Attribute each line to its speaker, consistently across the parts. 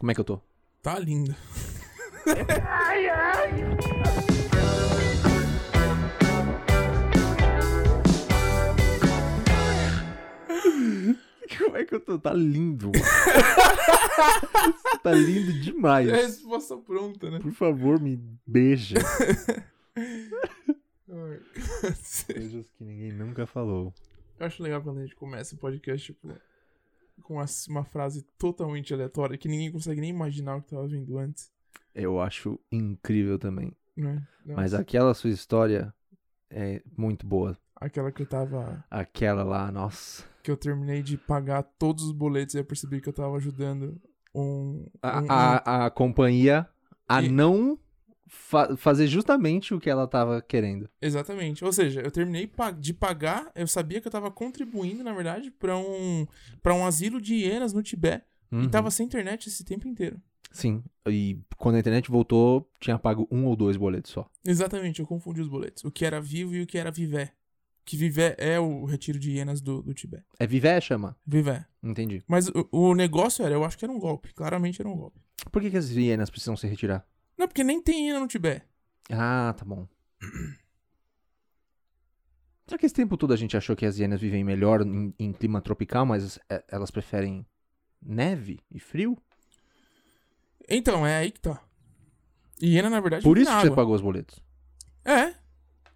Speaker 1: Como é que eu tô?
Speaker 2: Tá lindo.
Speaker 1: Como é que eu tô? Tá lindo. tá lindo demais.
Speaker 2: É a resposta pronta, né?
Speaker 1: Por favor, me beija.
Speaker 2: Ai.
Speaker 1: Coisas que ninguém nunca falou.
Speaker 2: Eu acho legal quando a gente começa o podcast, tipo, com as- uma frase totalmente aleatória que ninguém consegue nem imaginar o que tava vindo antes,
Speaker 1: Eu acho incrível também.
Speaker 2: né? Nossa,
Speaker 1: Mas aquela sua história é muito boa.
Speaker 2: Aquela que eu tava.
Speaker 1: Aquela lá, nossa.
Speaker 2: Que eu terminei de pagar todos os boletos e eu percebi que eu tava ajudando um.
Speaker 1: A,
Speaker 2: um-
Speaker 1: a, a companhia a
Speaker 2: E-
Speaker 1: não fa- fazer justamente o que ela tava querendo.
Speaker 2: Exatamente. Ou seja, eu terminei pa- de pagar, eu sabia que eu tava contribuindo, na verdade, pra um. para um asilo de hienas no Tibete.
Speaker 1: Uhum.
Speaker 2: E tava sem internet esse tempo inteiro.
Speaker 1: Sim. E quando a internet voltou, tinha pago um ou dois boletos só.
Speaker 2: Exatamente, eu confundi os boletos. O que era vivo e o que era vivé. Que vivé é o retiro de hienas do, do Tibete.
Speaker 1: É vivé, chama?
Speaker 2: Vivé.
Speaker 1: Entendi.
Speaker 2: Mas o, o negócio era, eu acho que era um golpe. Claramente era um golpe.
Speaker 1: Por que, que as hienas precisam se retirar?
Speaker 2: Não, porque nem tem hiena no Tibete.
Speaker 1: Ah, tá bom. Será que esse tempo todo a gente achou que as hienas vivem melhor em, em clima tropical, mas é, elas preferem neve e frio?
Speaker 2: Então, é aí que tá. Hiena, na verdade,
Speaker 1: Por
Speaker 2: vive
Speaker 1: isso
Speaker 2: na
Speaker 1: que você
Speaker 2: água.
Speaker 1: pagou os boletos.
Speaker 2: É.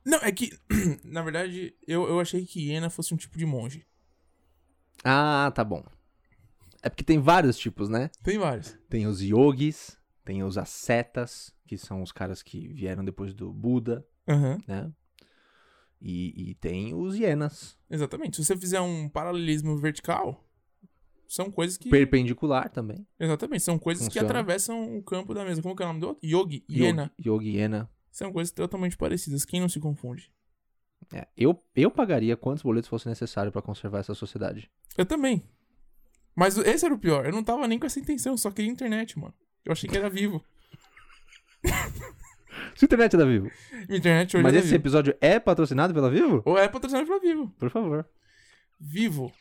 Speaker 2: Não, é que, na verdade, eu, eu achei que hiena fosse um tipo de monge.
Speaker 1: Ah, tá bom. É porque tem vários tipos, né?
Speaker 2: Tem vários.
Speaker 1: Tem os yogis, tem os ascetas, que são os caras que vieram depois do Buda,
Speaker 2: Aham.
Speaker 1: né? E, e tem os hienas.
Speaker 2: Exatamente. Se você fizer um paralelismo vertical, são coisas que.
Speaker 1: Perpendicular também.
Speaker 2: Exatamente, são coisas
Speaker 1: Funciona.
Speaker 2: que atravessam o campo da mesa. Como que é o nome do outro? Yogi, hiena.
Speaker 1: Yogi, yogi hiena.
Speaker 2: São coisas totalmente parecidas. Quem não se confunde?
Speaker 1: É, eu, eu pagaria quantos boletos fosse necessário pra conservar essa sociedade.
Speaker 2: Eu também. Mas esse era o pior. Eu não tava nem com essa intenção, eu só queria internet, mano. Eu achei que era vivo.
Speaker 1: Se a internet da Vivo.
Speaker 2: Minha internet hoje
Speaker 1: Mas
Speaker 2: é
Speaker 1: esse
Speaker 2: vivo.
Speaker 1: episódio é patrocinado pela Vivo?
Speaker 2: Ou é patrocinado pela Vivo.
Speaker 1: Por favor.
Speaker 2: Vivo.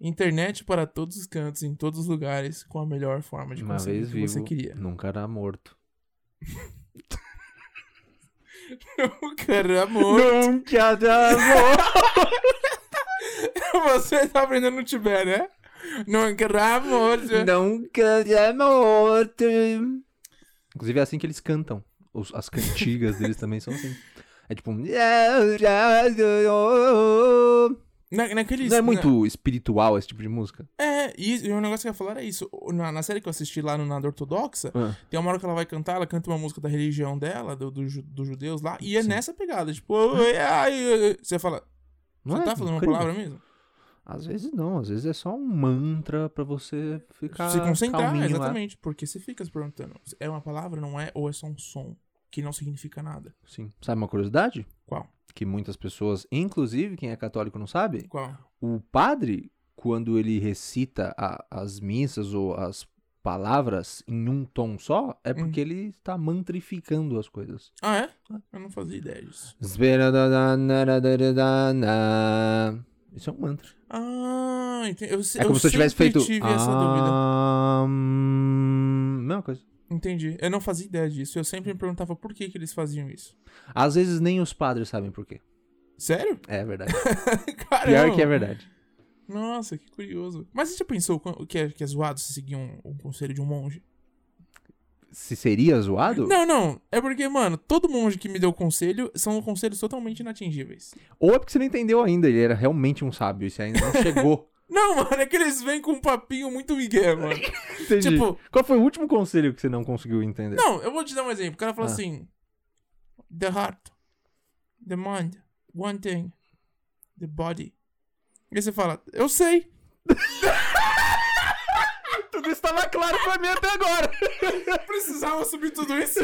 Speaker 2: Internet para todos os cantos, em todos os lugares, com a melhor forma de
Speaker 1: Uma
Speaker 2: conseguir
Speaker 1: vez
Speaker 2: o que você
Speaker 1: vivo,
Speaker 2: queria.
Speaker 1: nunca era morto.
Speaker 2: O cara, amor,
Speaker 1: Nunca era morto.
Speaker 2: você tá aprendendo no Tibete, né? Não quero morte.
Speaker 1: nunca era morto. Inclusive é assim que eles cantam. Os- as cantigas deles também são assim. É tipo... Não
Speaker 2: Na, naqueles,
Speaker 1: é muito espiritual esse tipo de música?
Speaker 2: É, e, e o negócio que eu ia falar é isso. Na, na série que eu assisti lá no Nada Ortodoxa,
Speaker 1: Ah.
Speaker 2: tem uma hora que ela vai cantar, ela canta uma música da religião dela, do- dos ju- dos judeus lá, e é
Speaker 1: Sim.
Speaker 2: nessa pegada, tipo, "Oi, ai, ai", você fala,
Speaker 1: Não
Speaker 2: você
Speaker 1: é
Speaker 2: tá falando uma
Speaker 1: incrível?
Speaker 2: palavra mesmo?
Speaker 1: Às vezes não, às vezes é só um mantra pra você ficar
Speaker 2: se concentrar,
Speaker 1: calminho né? é. lá.
Speaker 2: um exatamente, porque você fica se perguntando, é uma palavra, não é, ou é só um som, que não significa nada.
Speaker 1: Sim. Sabe uma curiosidade?
Speaker 2: Qual?
Speaker 1: Que muitas pessoas, inclusive quem é católico não sabe,
Speaker 2: Qual?
Speaker 1: o padre, quando ele recita a- as missas ou as palavras em um tom só, é
Speaker 2: Uhum.
Speaker 1: porque ele está mantrificando as coisas.
Speaker 2: Ah, é? Eu não fazia ideia disso.
Speaker 1: Isso é um mantra.
Speaker 2: Ah, entendi. Eu, se-
Speaker 1: É
Speaker 2: eu
Speaker 1: como se eu tivesse
Speaker 2: sempre
Speaker 1: feito.
Speaker 2: tive essa dúvida.
Speaker 1: Ah, hum, Mesma coisa.
Speaker 2: Entendi. Eu não fazia ideia disso. Eu sempre me perguntava por que, que eles faziam isso.
Speaker 1: Às vezes nem os padres sabem por quê.
Speaker 2: Sério?
Speaker 1: É verdade.
Speaker 2: Caramba.
Speaker 1: Pior que é verdade.
Speaker 2: Nossa, que curioso. Mas você já pensou quan- que é, que é zoado se seguir um, um conselho de um monge?
Speaker 1: Se seria zoado?
Speaker 2: Não, não. É porque, mano, todo monge que me deu conselho são conselhos totalmente inatingíveis.
Speaker 1: Ou é porque você não entendeu ainda, ele era realmente um sábio, e você ainda não chegou.
Speaker 2: Não, mano, é que eles vêm com um papinho muito migué, mano.
Speaker 1: Entendi.
Speaker 2: Tipo-
Speaker 1: Qual foi o último conselho que você não conseguiu entender?
Speaker 2: não, eu vou te dar um exemplo. O cara fala
Speaker 1: Ah.
Speaker 2: assim: The heart, the mind, one thing, the body. E você fala, eu sei.
Speaker 1: Tudo isso estava claro pra mim até agora.
Speaker 2: Eu precisava subir tudo isso.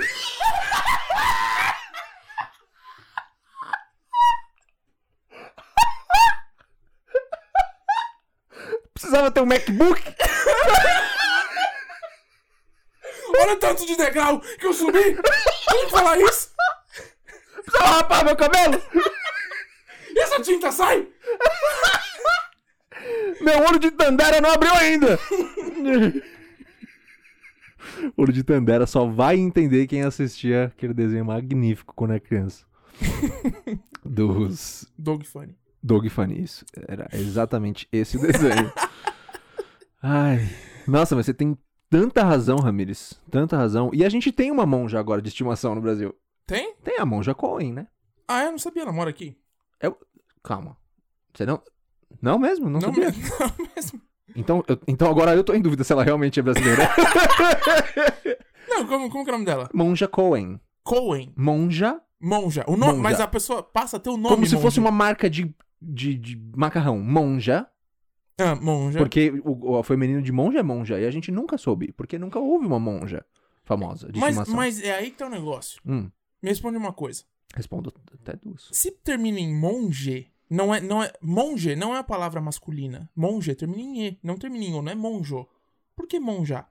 Speaker 1: Precisava ter um MacBook?
Speaker 2: Olha o tanto de degrau que eu subi. Como falar isso?
Speaker 1: Precisava rapar meu cabelo?
Speaker 2: E essa tinta sai?
Speaker 1: Meu olho de Tandera não abriu ainda. O de Tandera só vai entender quem assistia aquele desenho magnífico quando é criança. Dos
Speaker 2: Dog Funny.
Speaker 1: Dog Funny, isso. Era exatamente esse desenho. Ai. Nossa, mas você tem tanta razão, Ramires. Tanta razão. E a gente tem uma monja agora de estimação no Brasil.
Speaker 2: Tem?
Speaker 1: Tem a monja Cohen, né?
Speaker 2: Ah, eu não sabia, ela mora aqui.
Speaker 1: Calma. Você não. Não mesmo? Não,
Speaker 2: não
Speaker 1: sabia?
Speaker 2: mesmo. Não mesmo.
Speaker 1: Então, eu- então agora eu tô em dúvida se ela realmente é brasileira.
Speaker 2: Não, como, como que é o nome dela?
Speaker 1: monja Cohen.
Speaker 2: Cohen.
Speaker 1: Monja.
Speaker 2: Monja. O nome,
Speaker 1: Monja.
Speaker 2: mas a pessoa passa a ter o nome
Speaker 1: como se
Speaker 2: monja.
Speaker 1: fosse uma marca de, de, de macarrão. Monja.
Speaker 2: Ah, monja.
Speaker 1: Porque o, o feminino de monja é monja. E a gente nunca soube. Porque nunca houve uma monja famosa de
Speaker 2: Mas,
Speaker 1: estimação.
Speaker 2: mas é aí que tá o negócio.
Speaker 1: Hum,
Speaker 2: Me responde uma coisa.
Speaker 1: respondo até duas.
Speaker 2: Se termina em monge, não é, não é. Monge não é a palavra masculina. Monge termina em E, não termina em O, não é monjo. Por que monja?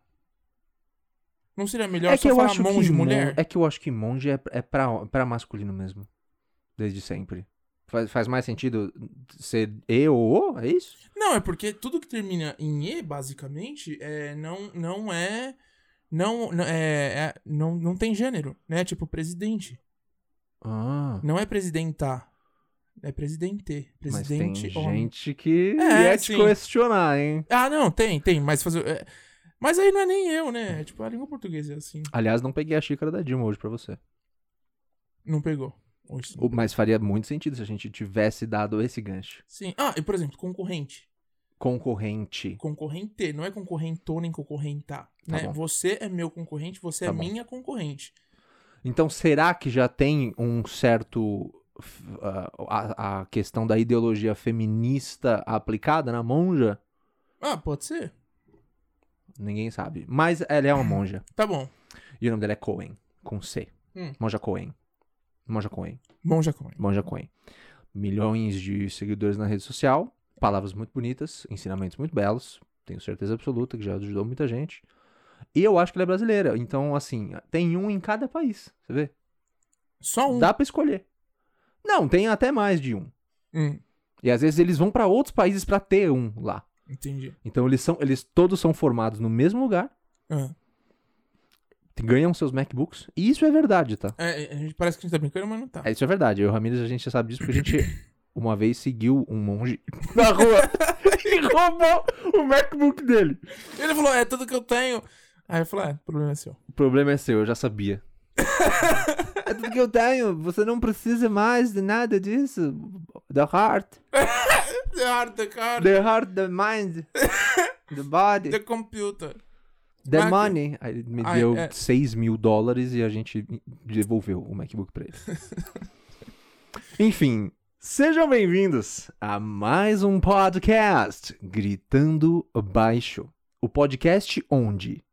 Speaker 2: Não seria melhor
Speaker 1: É
Speaker 2: só
Speaker 1: que eu
Speaker 2: falar
Speaker 1: acho
Speaker 2: monge
Speaker 1: que mon-
Speaker 2: mulher?
Speaker 1: É que eu acho que monge é, é pra, pra masculino mesmo. Desde sempre. Faz, faz mais sentido ser e ou o? É isso?
Speaker 2: Não, é porque tudo que termina em E, basicamente, é, não, não é. Não, não, é, é- não, não tem gênero, né? Tipo presidente.
Speaker 1: Ah.
Speaker 2: Não é presidenta. É presidente.
Speaker 1: Mas
Speaker 2: Presidente
Speaker 1: tem
Speaker 2: homem.
Speaker 1: gente que
Speaker 2: É,
Speaker 1: é, te
Speaker 2: sim.
Speaker 1: questionar, hein?
Speaker 2: Ah, não, tem, tem, mas fazer. é, Mas aí não é nem eu, né? É tipo, a língua portuguesa é assim.
Speaker 1: Aliás, não peguei a xícara da Dilma hoje pra você.
Speaker 2: Não pegou. Hoje sim.
Speaker 1: O- Mas faria muito sentido se a gente tivesse dado esse gancho.
Speaker 2: Sim. Ah, e por exemplo, concorrente.
Speaker 1: Concorrente.
Speaker 2: Concorrente, não é concorrentou nem concorrentar. né?
Speaker 1: Tá bom.
Speaker 2: Você é meu concorrente, você
Speaker 1: Tá
Speaker 2: é
Speaker 1: bom.
Speaker 2: minha concorrente.
Speaker 1: Então, será que já tem um certo. f- ah, a, a questão da ideologia feminista aplicada na monja?
Speaker 2: Ah, pode ser?
Speaker 1: Ninguém sabe. Mas ela é uma monja.
Speaker 2: Tá bom.
Speaker 1: E o nome dela é Cohen, com C.
Speaker 2: Hum.
Speaker 1: Monja Cohen. Monja Cohen.
Speaker 2: Bom, já come.
Speaker 1: Monja Cohen. Milhões de seguidores na rede social, palavras muito bonitas, ensinamentos muito belos. Tenho certeza absoluta que já ajudou muita gente. E eu acho que ela é brasileira. Então, assim, tem um em cada país. Você vê?
Speaker 2: Só um.
Speaker 1: Dá pra escolher. Não, tem até mais de um.
Speaker 2: Hum,
Speaker 1: E às vezes eles vão pra outros países pra ter um lá.
Speaker 2: entendi.
Speaker 1: Então eles são, eles todos são formados no mesmo lugar,
Speaker 2: Ah,
Speaker 1: ganham seus MacBooks. E isso é verdade, tá?
Speaker 2: é, é, a gente parece que a gente tá brincando, mas não tá.
Speaker 1: É, isso é verdade. Eu e o Ramírez, a gente já sabe disso porque a gente uma vez seguiu um monge na rua e roubou o MacBook dele.
Speaker 2: Ele falou, é tudo que eu tenho. Aí eu falei, ah, o problema é seu.
Speaker 1: O problema é seu, eu já sabia. é tudo que eu tenho. Você não precisa mais de nada disso. The heart.
Speaker 2: The hard, the card,
Speaker 1: The heart, the mind. The body.
Speaker 2: the computer.
Speaker 1: The
Speaker 2: Ah,
Speaker 1: money. Aí ele me
Speaker 2: Ah,
Speaker 1: deu
Speaker 2: é.
Speaker 1: 6 mil dólares e a gente devolveu o MacBook pra ele. Enfim, sejam bem-vindos a mais um podcast Gritando Baixo. O podcast onde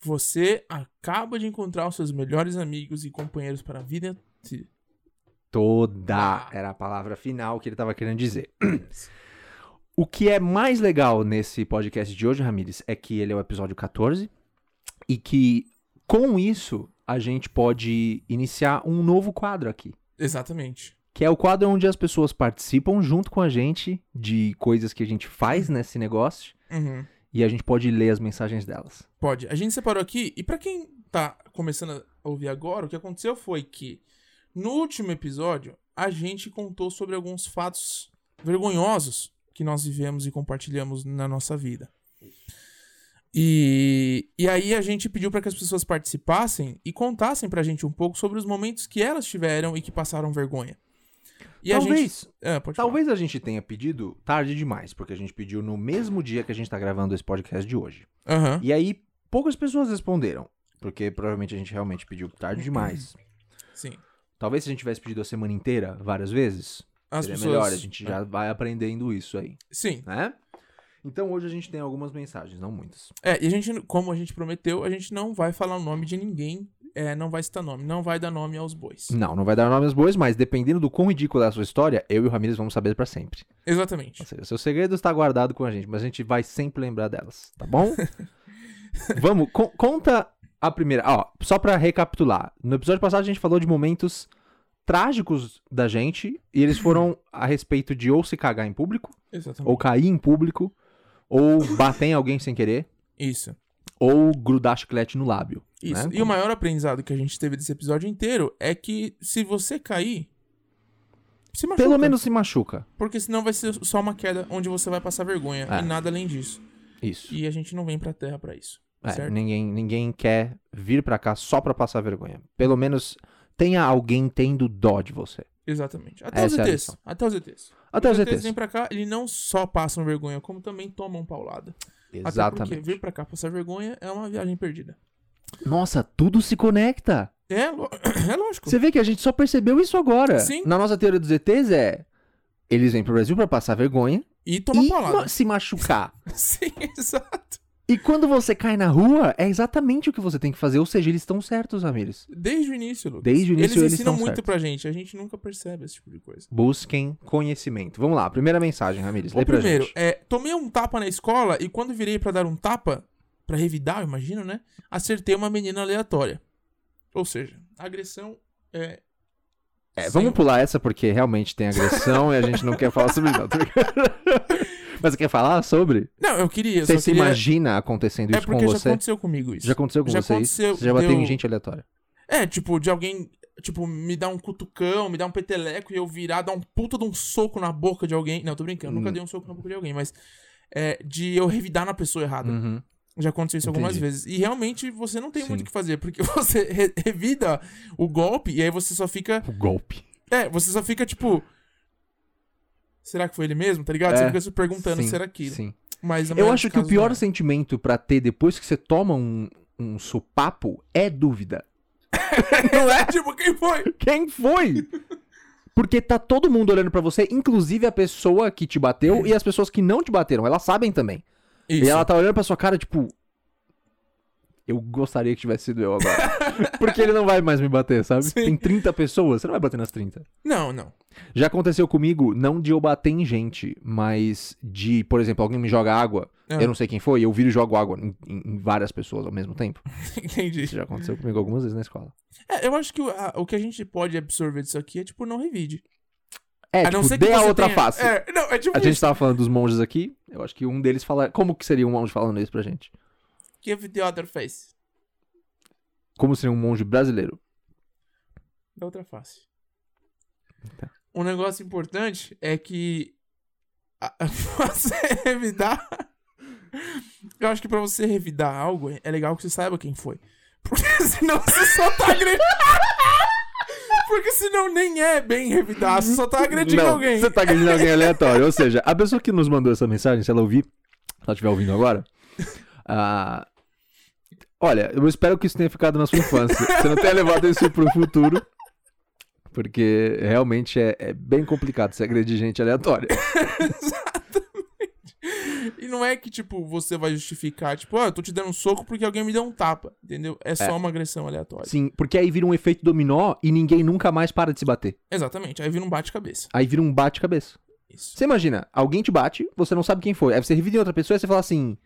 Speaker 2: Você acaba de encontrar os seus melhores amigos e companheiros para a vida. Sim.
Speaker 1: toda era a palavra final que ele tava querendo dizer. O que é mais legal nesse podcast de hoje, Ramires, é que ele é o episódio 14 e que com isso a gente pode iniciar um novo quadro aqui.
Speaker 2: Exatamente.
Speaker 1: Que é o quadro onde as pessoas participam junto com a gente de coisas que a gente faz nesse negócio
Speaker 2: Uhum.
Speaker 1: e a gente pode ler as mensagens delas.
Speaker 2: Pode. A gente separou aqui, e pra quem tá começando a ouvir agora, o que aconteceu foi que no último episódio a gente contou sobre alguns fatos vergonhosos que nós vivemos e compartilhamos na nossa vida. E, e aí a gente pediu pra que as pessoas participassem e contassem pra gente um pouco sobre os momentos que elas tiveram e que passaram vergonha. E a gente.
Speaker 1: talvez,
Speaker 2: É, pode falar.
Speaker 1: talvez a gente tenha pedido tarde demais, porque a gente pediu no mesmo dia que a gente tá gravando esse podcast de hoje.
Speaker 2: Aham.
Speaker 1: E aí poucas pessoas responderam, porque provavelmente a gente realmente pediu tarde demais.
Speaker 2: Sim.
Speaker 1: Talvez se a gente tivesse pedido a semana inteira, várias vezes,
Speaker 2: As
Speaker 1: seria
Speaker 2: pessoas. é.
Speaker 1: melhor, a gente já vai aprendendo isso aí,
Speaker 2: Sim.
Speaker 1: né? Então hoje a gente tem algumas mensagens, não muitas.
Speaker 2: É, e a gente, como a gente prometeu, a gente não vai falar o nome de ninguém, é, não vai citar nome, não vai dar nome aos bois.
Speaker 1: Não, não vai dar nome aos bois, mas dependendo do quão ridícula é a sua história, eu e o Ramírez vamos saber pra sempre.
Speaker 2: Exatamente.
Speaker 1: Ou seja, seu segredo está guardado com a gente, mas a gente vai sempre lembrar delas, tá bom? vamos, con- conta a primeira. Ó, só pra recapitular. No episódio passado a gente falou de momentos trágicos da gente, e eles foram a respeito de ou se cagar em público,
Speaker 2: Exatamente.
Speaker 1: ou cair em público, ou bater em alguém sem querer.
Speaker 2: Isso.
Speaker 1: Ou grudar chiclete no lábio.
Speaker 2: Isso.
Speaker 1: né?
Speaker 2: E o maior aprendizado que a gente teve desse episódio inteiro é que se você cair, se machuca.
Speaker 1: Pelo menos se machuca.
Speaker 2: Porque senão vai ser só uma queda onde você vai passar vergonha
Speaker 1: É.
Speaker 2: e nada além disso.
Speaker 1: Isso.
Speaker 2: E a gente não vem pra terra pra isso.
Speaker 1: É,
Speaker 2: certo?
Speaker 1: ninguém, ninguém quer vir pra cá só pra passar vergonha. Pelo menos tenha alguém tendo dó de você.
Speaker 2: Exatamente. Até
Speaker 1: Essa é a
Speaker 2: os ETs.
Speaker 1: lição.
Speaker 2: até os ETs.
Speaker 1: Até os
Speaker 2: Os ETs
Speaker 1: ETs.
Speaker 2: vêm pra cá, eles não só passam vergonha, como também tomam paulada. Até porque
Speaker 1: Exatamente.
Speaker 2: vir pra cá passar vergonha é uma viagem perdida.
Speaker 1: Nossa, tudo se conecta.
Speaker 2: É, lo- é lógico.
Speaker 1: Você vê que a gente só percebeu isso agora.
Speaker 2: Sim.
Speaker 1: Na nossa teoria dos ETs é. Eles vêm pro Brasil pra passar vergonha
Speaker 2: E toma
Speaker 1: e
Speaker 2: paulada.
Speaker 1: ma- se machucar.
Speaker 2: Sim, exato.
Speaker 1: e quando você cai na rua, é exatamente o que você tem que fazer. Ou seja, eles estão certos, Ramires.
Speaker 2: Desde o início, Lucas.
Speaker 1: Desde o início eles,
Speaker 2: eles ensinam
Speaker 1: estão
Speaker 2: muito
Speaker 1: certos.
Speaker 2: pra gente. A gente nunca percebe esse tipo de coisa.
Speaker 1: Busquem conhecimento. Vamos lá, primeira mensagem, Ramires.
Speaker 2: O
Speaker 1: Lê pra
Speaker 2: primeiro,
Speaker 1: gente.
Speaker 2: é, tomei um tapa na escola e quando virei pra dar um tapa, pra revidar, eu imagino, né? Acertei uma menina aleatória. Ou seja, agressão é.
Speaker 1: É,
Speaker 2: sem-
Speaker 1: vamos pular essa porque realmente tem agressão e a gente não quer falar sobre isso. não, tô brincando. Mas você quer falar sobre?
Speaker 2: Não, eu queria. eu
Speaker 1: Você
Speaker 2: só
Speaker 1: se
Speaker 2: queria...
Speaker 1: imagina acontecendo
Speaker 2: É
Speaker 1: isso com
Speaker 2: porque já
Speaker 1: você?
Speaker 2: aconteceu comigo isso.
Speaker 1: Já aconteceu com
Speaker 2: Já
Speaker 1: você isso?
Speaker 2: aconteceu,
Speaker 1: Você já bateu em
Speaker 2: deu-
Speaker 1: gente aleatória.
Speaker 2: É, tipo, de alguém, tipo, me dar um cutucão, me dar um peteleco e eu virar, dar um puta de um soco na boca de alguém. Não, tô brincando, nunca
Speaker 1: Hum.
Speaker 2: dei um soco na boca de alguém, mas. É, de eu revidar na pessoa errada.
Speaker 1: Uhum.
Speaker 2: Já aconteceu isso algumas
Speaker 1: Entendi.
Speaker 2: vezes. E realmente você não tem muito
Speaker 1: Sim.
Speaker 2: o que fazer, porque você re- revida o golpe e aí você só fica.
Speaker 1: O golpe.
Speaker 2: É, você só fica tipo. Será que foi ele mesmo? Tá ligado? Você
Speaker 1: É.
Speaker 2: fica se perguntando
Speaker 1: Sim,
Speaker 2: se era aquilo.
Speaker 1: Sim.
Speaker 2: Mas na
Speaker 1: Eu
Speaker 2: maioria
Speaker 1: acho
Speaker 2: dos
Speaker 1: que o
Speaker 2: casos
Speaker 1: pior
Speaker 2: não é.
Speaker 1: sentimento pra ter depois que você toma um, um sopapo é dúvida. Não é?
Speaker 2: Tipo, quem foi?
Speaker 1: Quem foi? Porque tá todo mundo olhando pra você, inclusive a pessoa que te
Speaker 2: É.
Speaker 1: bateu e as pessoas que não te bateram. Elas sabem também.
Speaker 2: Isso.
Speaker 1: E ela tá olhando pra sua cara, tipo. Eu gostaria que tivesse sido eu agora. Porque ele não vai mais me bater, sabe?
Speaker 2: Sim.
Speaker 1: Tem 30 pessoas, você não vai bater nas 30.
Speaker 2: Não, não.
Speaker 1: Já aconteceu comigo, não de eu bater em gente, mas de, por exemplo, alguém me joga água,
Speaker 2: Ah.
Speaker 1: eu não sei quem foi, eu viro e jogo água em, em- em várias pessoas ao mesmo tempo.
Speaker 2: Entendi.
Speaker 1: Isso já aconteceu comigo algumas vezes na escola.
Speaker 2: É, eu acho que o, a- o que a gente pode absorver disso aqui é, tipo, não revide.
Speaker 1: É,
Speaker 2: a não
Speaker 1: tipo,
Speaker 2: ser que
Speaker 1: dê a
Speaker 2: você
Speaker 1: outra
Speaker 2: tenha-
Speaker 1: face.
Speaker 2: É, não, é tipo
Speaker 1: A
Speaker 2: isso.
Speaker 1: gente tava falando dos monges aqui, eu acho que um deles fala. Como que seria um monge falando isso pra gente?
Speaker 2: Give é the other face.
Speaker 1: Como seria um monge brasileiro?
Speaker 2: da outra face.
Speaker 1: Tá.
Speaker 2: Um negócio importante é que a- você revidar. Eu acho que pra você revidar algo, é legal que você saiba quem foi. Porque senão você só tá agredindo. Porque senão nem é bem revidar, você só tá agredindo
Speaker 1: não,
Speaker 2: alguém.
Speaker 1: Você tá agredindo alguém aleatório. Ou seja, a pessoa que nos mandou essa mensagem, se ela ouvir, se ela estiver ouvindo agora. ah, olha, eu espero que isso tenha ficado na sua infância. Você não tenha levado isso pro futuro. Porque realmente é, é bem complicado você agredir gente aleatória.
Speaker 2: E não é que, tipo, você vai justificar, tipo, ah, eu tô te dando um soco porque alguém me deu um tapa, entendeu? É só uma agressão aleatória.
Speaker 1: Sim, porque aí vira um efeito dominó e ninguém nunca mais para de se bater.
Speaker 2: Exatamente, aí vira um bate-cabeça.
Speaker 1: Aí vira um bate-cabeça.
Speaker 2: Isso.
Speaker 1: Você imagina, alguém te bate, você não sabe quem foi. Aí você revida em outra pessoa e você fala assim.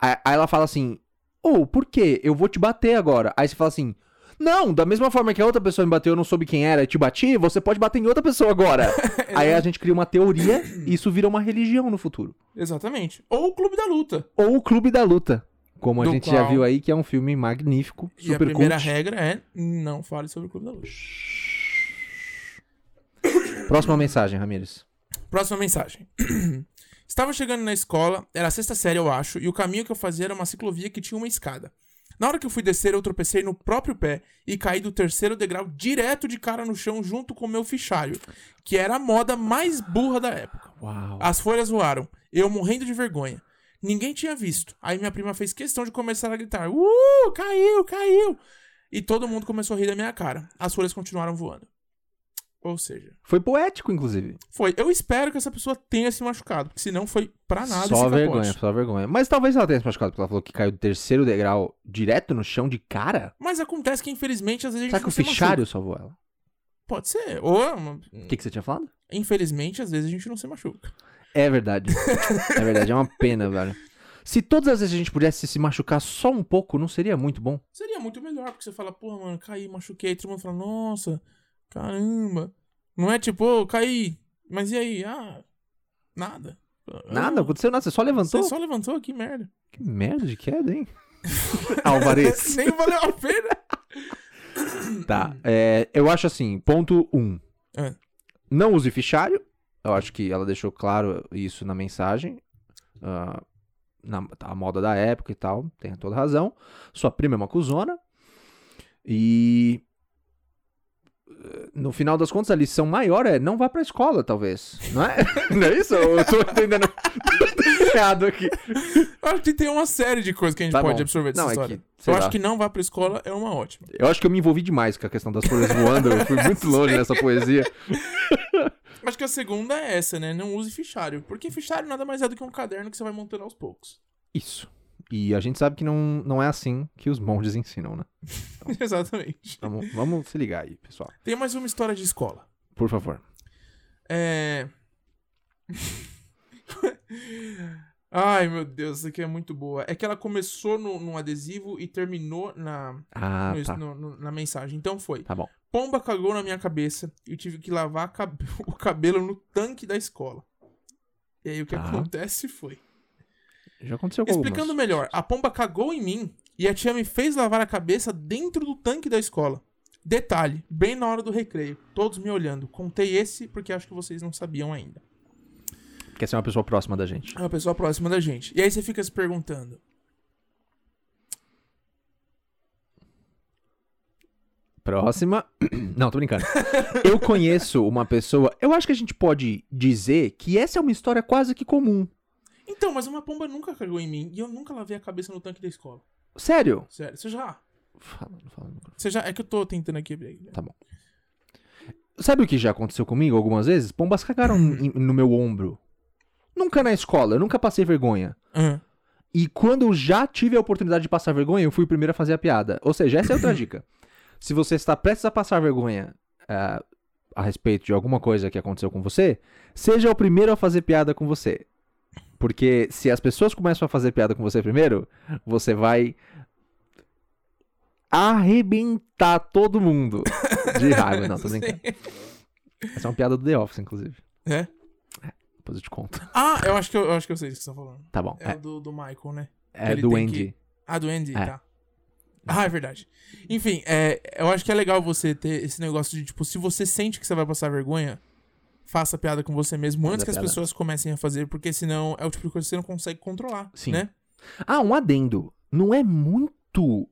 Speaker 1: Aí aí ela fala assim: Ô, por quê? Eu vou te bater agora. Aí você fala assim: Não, da mesma forma que a outra pessoa me bateu, eu não soube quem era e te bati, você pode bater em outra pessoa agora. aí a gente cria uma teoria e isso vira uma religião no futuro.
Speaker 2: Exatamente. Ou o clube da luta.
Speaker 1: Ou o Clube da Luta. Como a
Speaker 2: Do
Speaker 1: gente já
Speaker 2: qual-
Speaker 1: viu aí, que é um filme magnífico,
Speaker 2: E a
Speaker 1: super
Speaker 2: primeira
Speaker 1: cult.
Speaker 2: regra é não fale sobre o Clube da Luta.
Speaker 1: Próxima mensagem, Ramires.
Speaker 2: Próxima mensagem. Estava chegando na escola, era a sexta série, eu acho, e o caminho que eu fazia era uma ciclovia que tinha uma escada. Na hora que eu fui descer, eu tropecei no próprio pé e caí do terceiro degrau direto de cara no chão junto com o meu fichário, que era a moda mais burra da época.
Speaker 1: Uau.
Speaker 2: As folhas voaram, eu morrendo de vergonha. Ninguém tinha visto. Aí minha prima fez questão de começar a gritar: Uh, caiu, caiu! E todo mundo começou a rir da minha cara. As folhas continuaram voando. Ou seja,
Speaker 1: Foi poético, inclusive.
Speaker 2: foi. Eu espero que essa pessoa tenha se machucado, porque se não foi pra nada
Speaker 1: Só
Speaker 2: esse capote.
Speaker 1: vergonha, só vergonha. Mas talvez ela tenha se machucado, porque ela falou que caiu do terceiro degrau direto no chão de cara.
Speaker 2: Mas acontece que, infelizmente, às vezes a
Speaker 1: Será
Speaker 2: gente
Speaker 1: que o
Speaker 2: não se
Speaker 1: fichário salvou ela?
Speaker 2: machuca. Pode ser. Ou, é uma-
Speaker 1: O que, que você tinha falado?
Speaker 2: infelizmente, às vezes a gente não se machuca.
Speaker 1: É verdade. é verdade, é uma pena, velho. Se todas as vezes a gente pudesse se machucar só um pouco, não seria muito bom?
Speaker 2: Seria muito melhor, porque você fala, porra, mano, caí, machuquei. Todo mundo fala, nossa, caramba. Não é tipo, ô, caí. Mas e aí? Ah, nada.
Speaker 1: Nada, não aconteceu nada, você só
Speaker 2: Ah, Você
Speaker 1: levantou.
Speaker 2: só levantou, que merda.
Speaker 1: Que merda de queda, hein? Alvarez.
Speaker 2: Nem valeu a pena.
Speaker 1: Tá. é, eu acho assim, ponto um.
Speaker 2: É.
Speaker 1: Não use fichário. Eu acho que ela deixou claro isso na mensagem. ah, na, a moda da época e tal. Tem toda razão. Sua prima é uma cuzona. E. eh, No final das contas, a lição maior é não vá pra escola, talvez. Não é? Não é isso? Eu tô entendendo tô entendendo errado aqui.
Speaker 2: Eu acho que tem uma série de coisas que a gente
Speaker 1: Tá
Speaker 2: pode
Speaker 1: bom.
Speaker 2: absorver dessa
Speaker 1: Não, é
Speaker 2: história.
Speaker 1: que, sei
Speaker 2: eu acho
Speaker 1: lá.
Speaker 2: que não vá pra escola é uma ótima.
Speaker 1: Eu acho que eu me envolvi demais com a questão das flores voando. Eu fui muito longe nessa poesia.
Speaker 2: Acho que a segunda é essa, né? Não use fichário. Porque fichário nada mais é do que um caderno que você vai montando aos poucos.
Speaker 1: Isso. E a gente sabe que não, não é assim que os monges ensinam, né?
Speaker 2: Exatamente.
Speaker 1: Vamos, vamos se ligar aí, pessoal.
Speaker 2: Tem mais uma história de escola.
Speaker 1: Por favor.
Speaker 2: É. Ai, meu Deus, isso aqui é muito boa. É que ela começou no, no adesivo e terminou na,
Speaker 1: Ah,
Speaker 2: no-
Speaker 1: tá.
Speaker 2: no- no- na mensagem. Então foi.
Speaker 1: Tá bom.
Speaker 2: Pomba cagou na minha cabeça e eu tive que lavar a cabe- o cabelo no tanque da escola. E aí o que
Speaker 1: Tá.
Speaker 2: acontece foi.
Speaker 1: Já aconteceu com
Speaker 2: Explicando
Speaker 1: algumas.
Speaker 2: melhor, a pomba cagou em mim e a tia me fez lavar a cabeça dentro do tanque da escola. Detalhe, bem na hora do recreio, todos me olhando. Contei esse porque acho que vocês não sabiam ainda.
Speaker 1: Quer ser uma pessoa próxima da gente.
Speaker 2: É uma pessoa próxima da gente. E aí você fica se perguntando.
Speaker 1: Próxima. Não, tô brincando. Eu conheço uma pessoa. Eu acho que a gente pode dizer que essa é uma história quase que comum.
Speaker 2: Então, mas uma pomba nunca cagou em mim e eu nunca lavei a cabeça no tanque da escola.
Speaker 1: Sério?
Speaker 2: Sério, você já?
Speaker 1: Fala, não fala. não.
Speaker 2: Você já? É que eu tô tentando aqui né? abrir.
Speaker 1: Sabe o que já aconteceu comigo algumas vezes? Pombas cagaram em- no meu ombro. Nunca na escola, eu nunca passei vergonha.
Speaker 2: Ah.
Speaker 1: E quando eu já tive a oportunidade de passar vergonha, eu fui o primeiro a fazer a piada. Ou seja, essa é outra dica. Se você está prestes a passar vergonha ah, a respeito de alguma coisa que aconteceu com você, seja o primeiro a fazer piada com você. Porque se as pessoas começam a fazer piada com você primeiro, você vai arrebentar todo mundo de raiva. ah, Não, tô brincando. Essa é uma piada do The Office, inclusive.
Speaker 2: É?
Speaker 1: Depois eu te conto.
Speaker 2: Ah, eu acho que eu, eu acho que eu sei o que você tá falando.
Speaker 1: Tá bom.
Speaker 2: É,
Speaker 1: É,
Speaker 2: o do, do Michael, né?
Speaker 1: é
Speaker 2: ele
Speaker 1: do
Speaker 2: tem
Speaker 1: Andy.
Speaker 2: Ah, do Andy,
Speaker 1: É.
Speaker 2: tá. Ah, é verdade. Enfim, é, eu acho que é legal você ter esse negócio de, tipo, se você sente que você vai passar vergonha, faça piada com você mesmo antes
Speaker 1: Manda
Speaker 2: que as
Speaker 1: piada.
Speaker 2: pessoas comecem a fazer, porque senão é o tipo de coisa que você não consegue controlar,
Speaker 1: Sim.
Speaker 2: né?
Speaker 1: Ah, um adendo. Não é muito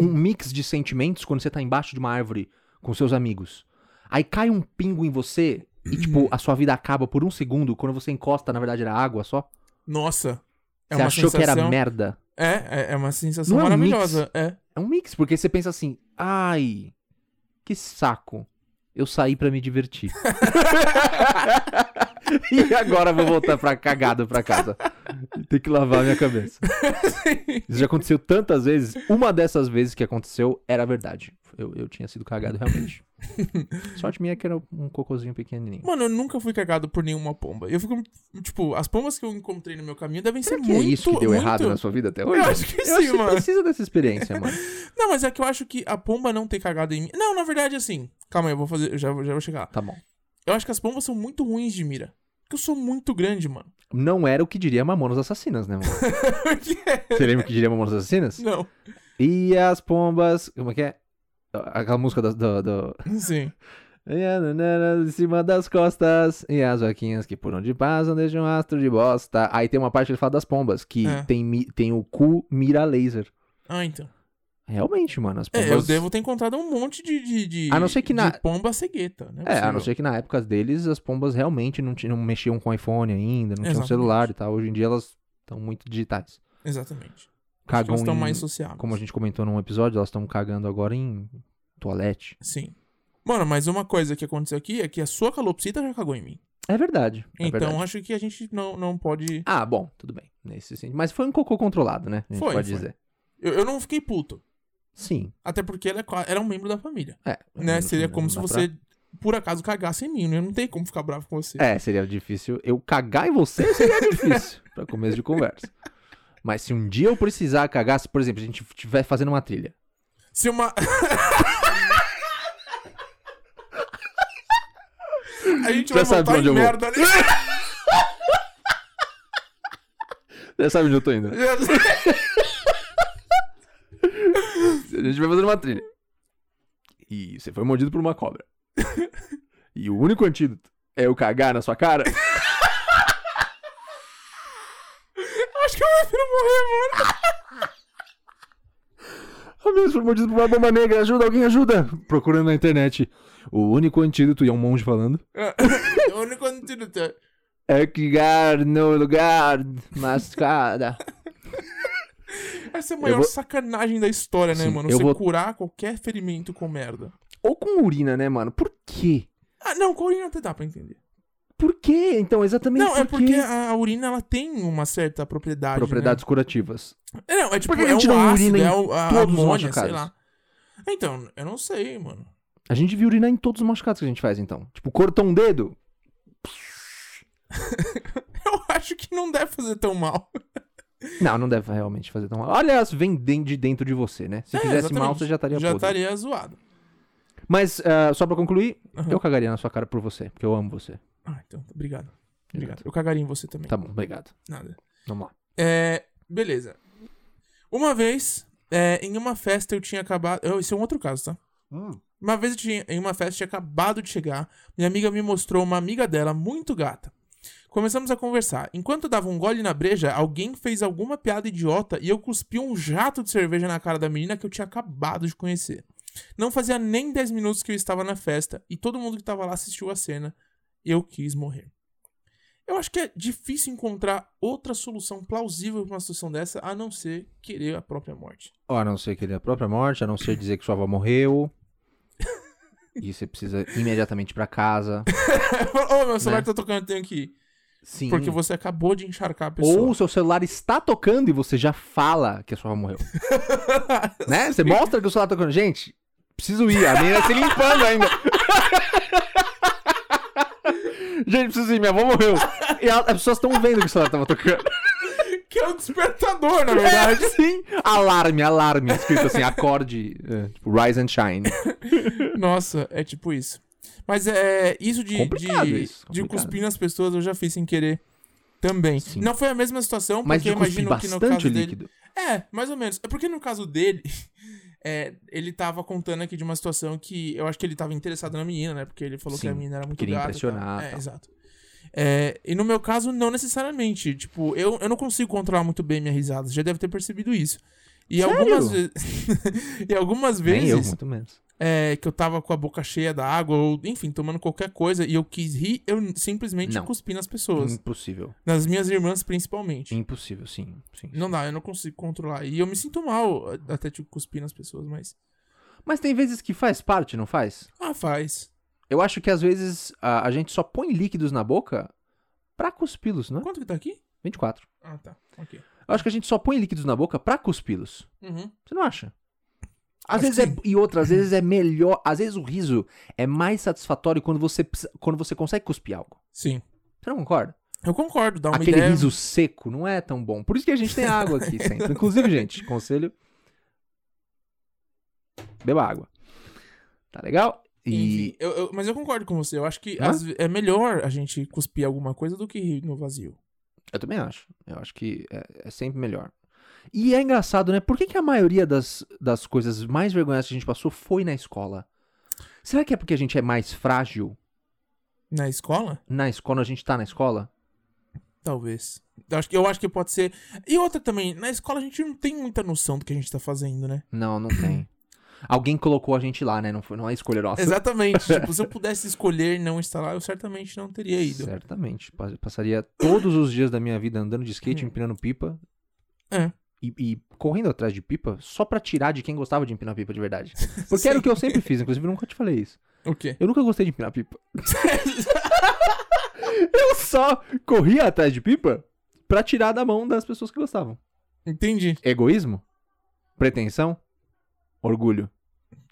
Speaker 1: um mix de sentimentos quando você tá embaixo de uma árvore com seus amigos. Aí cai um pingo em você e,
Speaker 2: Uhum.
Speaker 1: tipo, a sua vida acaba por um segundo. Quando você encosta, na verdade, era água só.
Speaker 2: Nossa. É
Speaker 1: você
Speaker 2: uma
Speaker 1: achou
Speaker 2: sensação...
Speaker 1: que era merda.
Speaker 2: É, é, é uma sensação
Speaker 1: Não é um
Speaker 2: maravilhosa. É.
Speaker 1: É um mix, porque você pensa assim, ai, que saco. Eu saí pra me divertir. e agora eu vou voltar pra cagado pra casa. Tem que lavar a minha cabeça. Isso já aconteceu tantas vezes. Uma dessas vezes que aconteceu era verdade. Eu, eu tinha sido cagado realmente. Sorte minha que era um cocôzinho pequenininho.
Speaker 2: Mano, eu nunca fui cagado por nenhuma pomba. Eu fico, tipo, as pombas que eu encontrei no meu caminho devem ser
Speaker 1: Será que
Speaker 2: muito,
Speaker 1: é isso que deu
Speaker 2: muito...
Speaker 1: errado na sua vida até hoje?
Speaker 2: Eu acho que sim,
Speaker 1: acho que
Speaker 2: mano.
Speaker 1: precisa dessa experiência, mano.
Speaker 2: Não, mas é que eu acho que a pomba não ter cagado em mim. Não, na verdade, assim. Calma aí, eu vou fazer. Eu já, vou- já vou chegar. lá.
Speaker 1: Tá bom.
Speaker 2: Eu acho que as pombas são muito ruins de mira. Porque eu sou muito grande, mano.
Speaker 1: Não era o que diria Mamonas Assassinas, né, mano?
Speaker 2: Por quê?
Speaker 1: Você lembra o que diria Mamonas Assassinas?
Speaker 2: Não.
Speaker 1: E as pombas. Como é que é? Aquela música do. do, do...
Speaker 2: Sim.
Speaker 1: Em cima das costas. E as vaquinhas que por onde passam deixam um astro de bosta. Aí tem uma parte que ele fala das pombas, que
Speaker 2: É.
Speaker 1: tem, mi- tem o cu mira laser.
Speaker 2: Ah, então.
Speaker 1: Realmente, mano, as pombas.
Speaker 2: É, eu devo ter encontrado um monte de. de, de-
Speaker 1: A não ser que na-
Speaker 2: De pomba cegueta, né?
Speaker 1: É, a não ser que na época deles as pombas realmente não, tinham, não mexiam com iPhone ainda, não tinham
Speaker 2: Exatamente.
Speaker 1: celular e tal. Hoje em dia elas estão muito digitais.
Speaker 2: Exatamente. Acho que
Speaker 1: Cagam
Speaker 2: elas estão
Speaker 1: em-
Speaker 2: mais sociáveis.
Speaker 1: Como a gente comentou num episódio, elas estão cagando agora em toalete.
Speaker 2: Sim. Mano, mas uma coisa que aconteceu aqui é que a sua calopsita já cagou em mim.
Speaker 1: É verdade. é
Speaker 2: então
Speaker 1: verdade.
Speaker 2: acho que a gente não, não pode.
Speaker 1: Ah, bom, tudo bem. Nesse sentido. Mas foi um cocô controlado, né? A gente
Speaker 2: Foi,
Speaker 1: pode
Speaker 2: foi.
Speaker 1: dizer.
Speaker 2: Eu, eu não fiquei puto.
Speaker 1: Sim.
Speaker 2: Até porque ela é qua- era um membro da família.
Speaker 1: É.
Speaker 2: Né?
Speaker 1: Não-
Speaker 2: Seria
Speaker 1: não
Speaker 2: como
Speaker 1: dá
Speaker 2: se
Speaker 1: pra-
Speaker 2: você, por acaso, cagasse em mim, né? Não tem como ficar bravo com você.
Speaker 1: É, seria difícil. Eu cagar em você seria difícil, pra começo de conversa. Mas se um dia eu precisar cagar, se, por exemplo, a gente estiver fazendo uma trilha.
Speaker 2: Se uma. A gente
Speaker 1: Já
Speaker 2: vai
Speaker 1: sabe
Speaker 2: voltar
Speaker 1: pra onde
Speaker 2: em
Speaker 1: eu vou.
Speaker 2: merda né? ali.
Speaker 1: Já sabe onde eu tô indo.
Speaker 2: Já-
Speaker 1: A gente vai fazer uma trilha. E você foi mordido por uma cobra. E o único antídoto é eu cagar na sua cara.
Speaker 2: Acho que eu prefiro morrer, mano.
Speaker 1: Amigos, foi mordido por uma bomba negra. Ajuda, alguém ajuda. Procurando na internet. O único antídoto, e é um monge falando,
Speaker 2: É, O único antídoto é-
Speaker 1: é cagar no lugar mascada.
Speaker 2: Essa é a maior
Speaker 1: vou-
Speaker 2: sacanagem da história, né,
Speaker 1: Sim,
Speaker 2: mano?
Speaker 1: eu
Speaker 2: Você
Speaker 1: vou-
Speaker 2: curar qualquer ferimento com merda.
Speaker 1: Ou com urina, né, mano? Por quê?
Speaker 2: Ah, não, com a urina até dá pra entender.
Speaker 1: Por quê? Então, exatamente
Speaker 2: não, é
Speaker 1: por
Speaker 2: porque
Speaker 1: quê?
Speaker 2: a a urina, ela tem uma certa propriedade,
Speaker 1: Propriedades curativas.
Speaker 2: Né? É, Não, é tipo,
Speaker 1: Por que a
Speaker 2: é
Speaker 1: gente
Speaker 2: um
Speaker 1: não
Speaker 2: ácido,
Speaker 1: urina em
Speaker 2: é o- a, a
Speaker 1: todos os
Speaker 2: amônia, sei
Speaker 1: machucados?
Speaker 2: lá. Então, eu não sei, mano.
Speaker 1: A gente viu urinar em todos os machucados que a gente faz, então. Tipo, cortou um dedo.
Speaker 2: Eu acho que não deve fazer tão mal.
Speaker 1: Não, não deve realmente fazer tão mal. Aliás, vem den- de dentro de você, né? Se
Speaker 2: É,
Speaker 1: fizesse mal,
Speaker 2: exatamente.
Speaker 1: você já estaria
Speaker 2: Já
Speaker 1: podre.
Speaker 2: estaria zoado.
Speaker 1: Mas, ah, só pra concluir,
Speaker 2: Aham.
Speaker 1: eu cagaria na sua cara por você, porque eu amo você.
Speaker 2: Ah, então, obrigado. Obrigado. Eu cagaria em você também.
Speaker 1: Tá bom, obrigado.
Speaker 2: Nada.
Speaker 1: Vamos lá.
Speaker 2: É, beleza. Uma vez, é, em uma festa eu tinha acabado... Oh, esse é um outro caso, tá?
Speaker 1: Hum.
Speaker 2: Uma vez eu tinha, em uma festa, eu tinha acabado de chegar, minha amiga me mostrou uma amiga dela muito gata. Começamos a conversar. Enquanto eu dava um gole na breja, alguém fez alguma piada idiota e eu cuspi um jato de cerveja na cara da menina que eu tinha acabado de conhecer. Não fazia nem 10 minutos que eu estava na festa e todo mundo que estava lá assistiu a cena. Eu quis morrer. Eu acho que é difícil encontrar outra solução plausível para uma situação dessa a não ser querer a própria morte.
Speaker 1: Ó, a não ser querer a própria morte, a não ser dizer que sua avó morreu. e você precisa imediatamente pra casa.
Speaker 2: Ô, meu celular
Speaker 1: Né?
Speaker 2: tá tocando, eu tenho que ir.
Speaker 1: Sim.
Speaker 2: Porque você acabou de encharcar a pessoa.
Speaker 1: Ou o seu celular está tocando e você já fala que a sua avó morreu. né? Você mostra que o celular tá tocando. Gente, preciso ir. A menina tá se limpando ainda. Gente, preciso ir. Minha avó morreu. E a- as pessoas estão vendo que o celular tava tocando.
Speaker 2: Que é o despertador, na
Speaker 1: É,
Speaker 2: verdade.
Speaker 1: sim. Alarme, alarme. Escrito assim, acorde. é, tipo, rise and shine.
Speaker 2: Nossa, é tipo isso. Mas é isso de,
Speaker 1: Complicado
Speaker 2: de,
Speaker 1: isso,
Speaker 2: de
Speaker 1: complicado.
Speaker 2: cuspir nas pessoas eu já fiz sem querer também.
Speaker 1: Sim.
Speaker 2: Não foi a mesma situação,
Speaker 1: Mas
Speaker 2: porque
Speaker 1: de
Speaker 2: eu
Speaker 1: cuspir
Speaker 2: imagino que no
Speaker 1: bastante
Speaker 2: caso dele.
Speaker 1: líquido.
Speaker 2: É, mais ou menos. É porque no caso dele, é, ele tava contando aqui de uma situação que eu acho que ele tava interessado na menina, né? Porque ele falou que
Speaker 1: Sim,
Speaker 2: a menina era muito
Speaker 1: queria
Speaker 2: gata. e tal.
Speaker 1: impressionar,
Speaker 2: É,
Speaker 1: tal.
Speaker 2: exato. É, e no meu caso, não necessariamente. Tipo, eu, eu não consigo controlar muito bem minha risada. Você já deve ter percebido isso. E
Speaker 1: Sério?
Speaker 2: algumas vezes. e algumas
Speaker 1: Nem eu,
Speaker 2: vezes
Speaker 1: muito menos.
Speaker 2: é, que eu tava com a boca cheia da água, ou enfim, tomando qualquer coisa, e eu quis rir, eu n- simplesmente
Speaker 1: Não. Hum.
Speaker 2: cuspi nas pessoas.
Speaker 1: Impossível.
Speaker 2: Nas minhas irmãs, principalmente.
Speaker 1: Impossível, sim. sim.
Speaker 2: Não dá, eu não consigo controlar. E eu me sinto mal a- até tipo, cuspir nas pessoas, mas.
Speaker 1: Mas tem vezes que faz parte, não faz?
Speaker 2: Ah, faz.
Speaker 1: Eu acho que às vezes a, a gente só põe líquidos na boca pra cuspi-los, não é?
Speaker 2: Quanto que tá aqui?
Speaker 1: 24.
Speaker 2: Ah, tá. Ok.
Speaker 1: Eu acho que a gente só põe líquidos na boca pra cuspi-los.
Speaker 2: Uhum.
Speaker 1: Você não acha? Às
Speaker 2: Acho
Speaker 1: vezes é,
Speaker 2: que
Speaker 1: e outra, às vezes é melhor, às vezes o riso é mais satisfatório quando você, precisa- quando você consegue cuspir algo.
Speaker 2: Sim.
Speaker 1: Você não concorda?
Speaker 2: Eu concordo, dá É uma
Speaker 1: Aquele
Speaker 2: ideia.
Speaker 1: riso seco não é tão bom. Por isso que a gente tem água aqui sempre. Inclusive, gente, conselho. Beba água. Tá legal? E,
Speaker 2: Enfim, eu- eu- mas eu concordo com você. Eu acho que
Speaker 1: Hã?
Speaker 2: às ve- é melhor a gente cuspir alguma coisa do que rir no vazio.
Speaker 1: Eu também acho. Eu acho que é, é sempre melhor. E é engraçado, né? Por que, que a maioria das, das coisas mais vergonhosas que a gente passou foi na escola? Será que é porque a gente é mais frágil
Speaker 2: Na escola?
Speaker 1: na escola, a gente tá na escola?
Speaker 2: Talvez. Eu acho, que, eu acho que pode ser. E outra também, na escola a gente não tem muita noção do que a gente tá fazendo, né?
Speaker 1: Não, não tem. Alguém colocou a gente lá, né? Não, foi, não é escolha nossa.
Speaker 2: Exatamente. tipo, se eu pudesse escolher não estar lá, eu certamente não teria ido.
Speaker 1: Certamente. Pa- Passaria todos os dias da minha vida andando de skate, empinando pipa.
Speaker 2: É.
Speaker 1: E, e correndo atrás de pipa só pra tirar de quem gostava de empinar pipa de verdade. Porque era o que eu sempre fiz, inclusive eu nunca te falei isso.
Speaker 2: O quê?
Speaker 1: Eu nunca gostei de empinar pipa. eu só corria atrás de pipa pra tirar da mão das pessoas que gostavam.
Speaker 2: Entendi
Speaker 1: Egoísmo? Pretensão? Orgulho.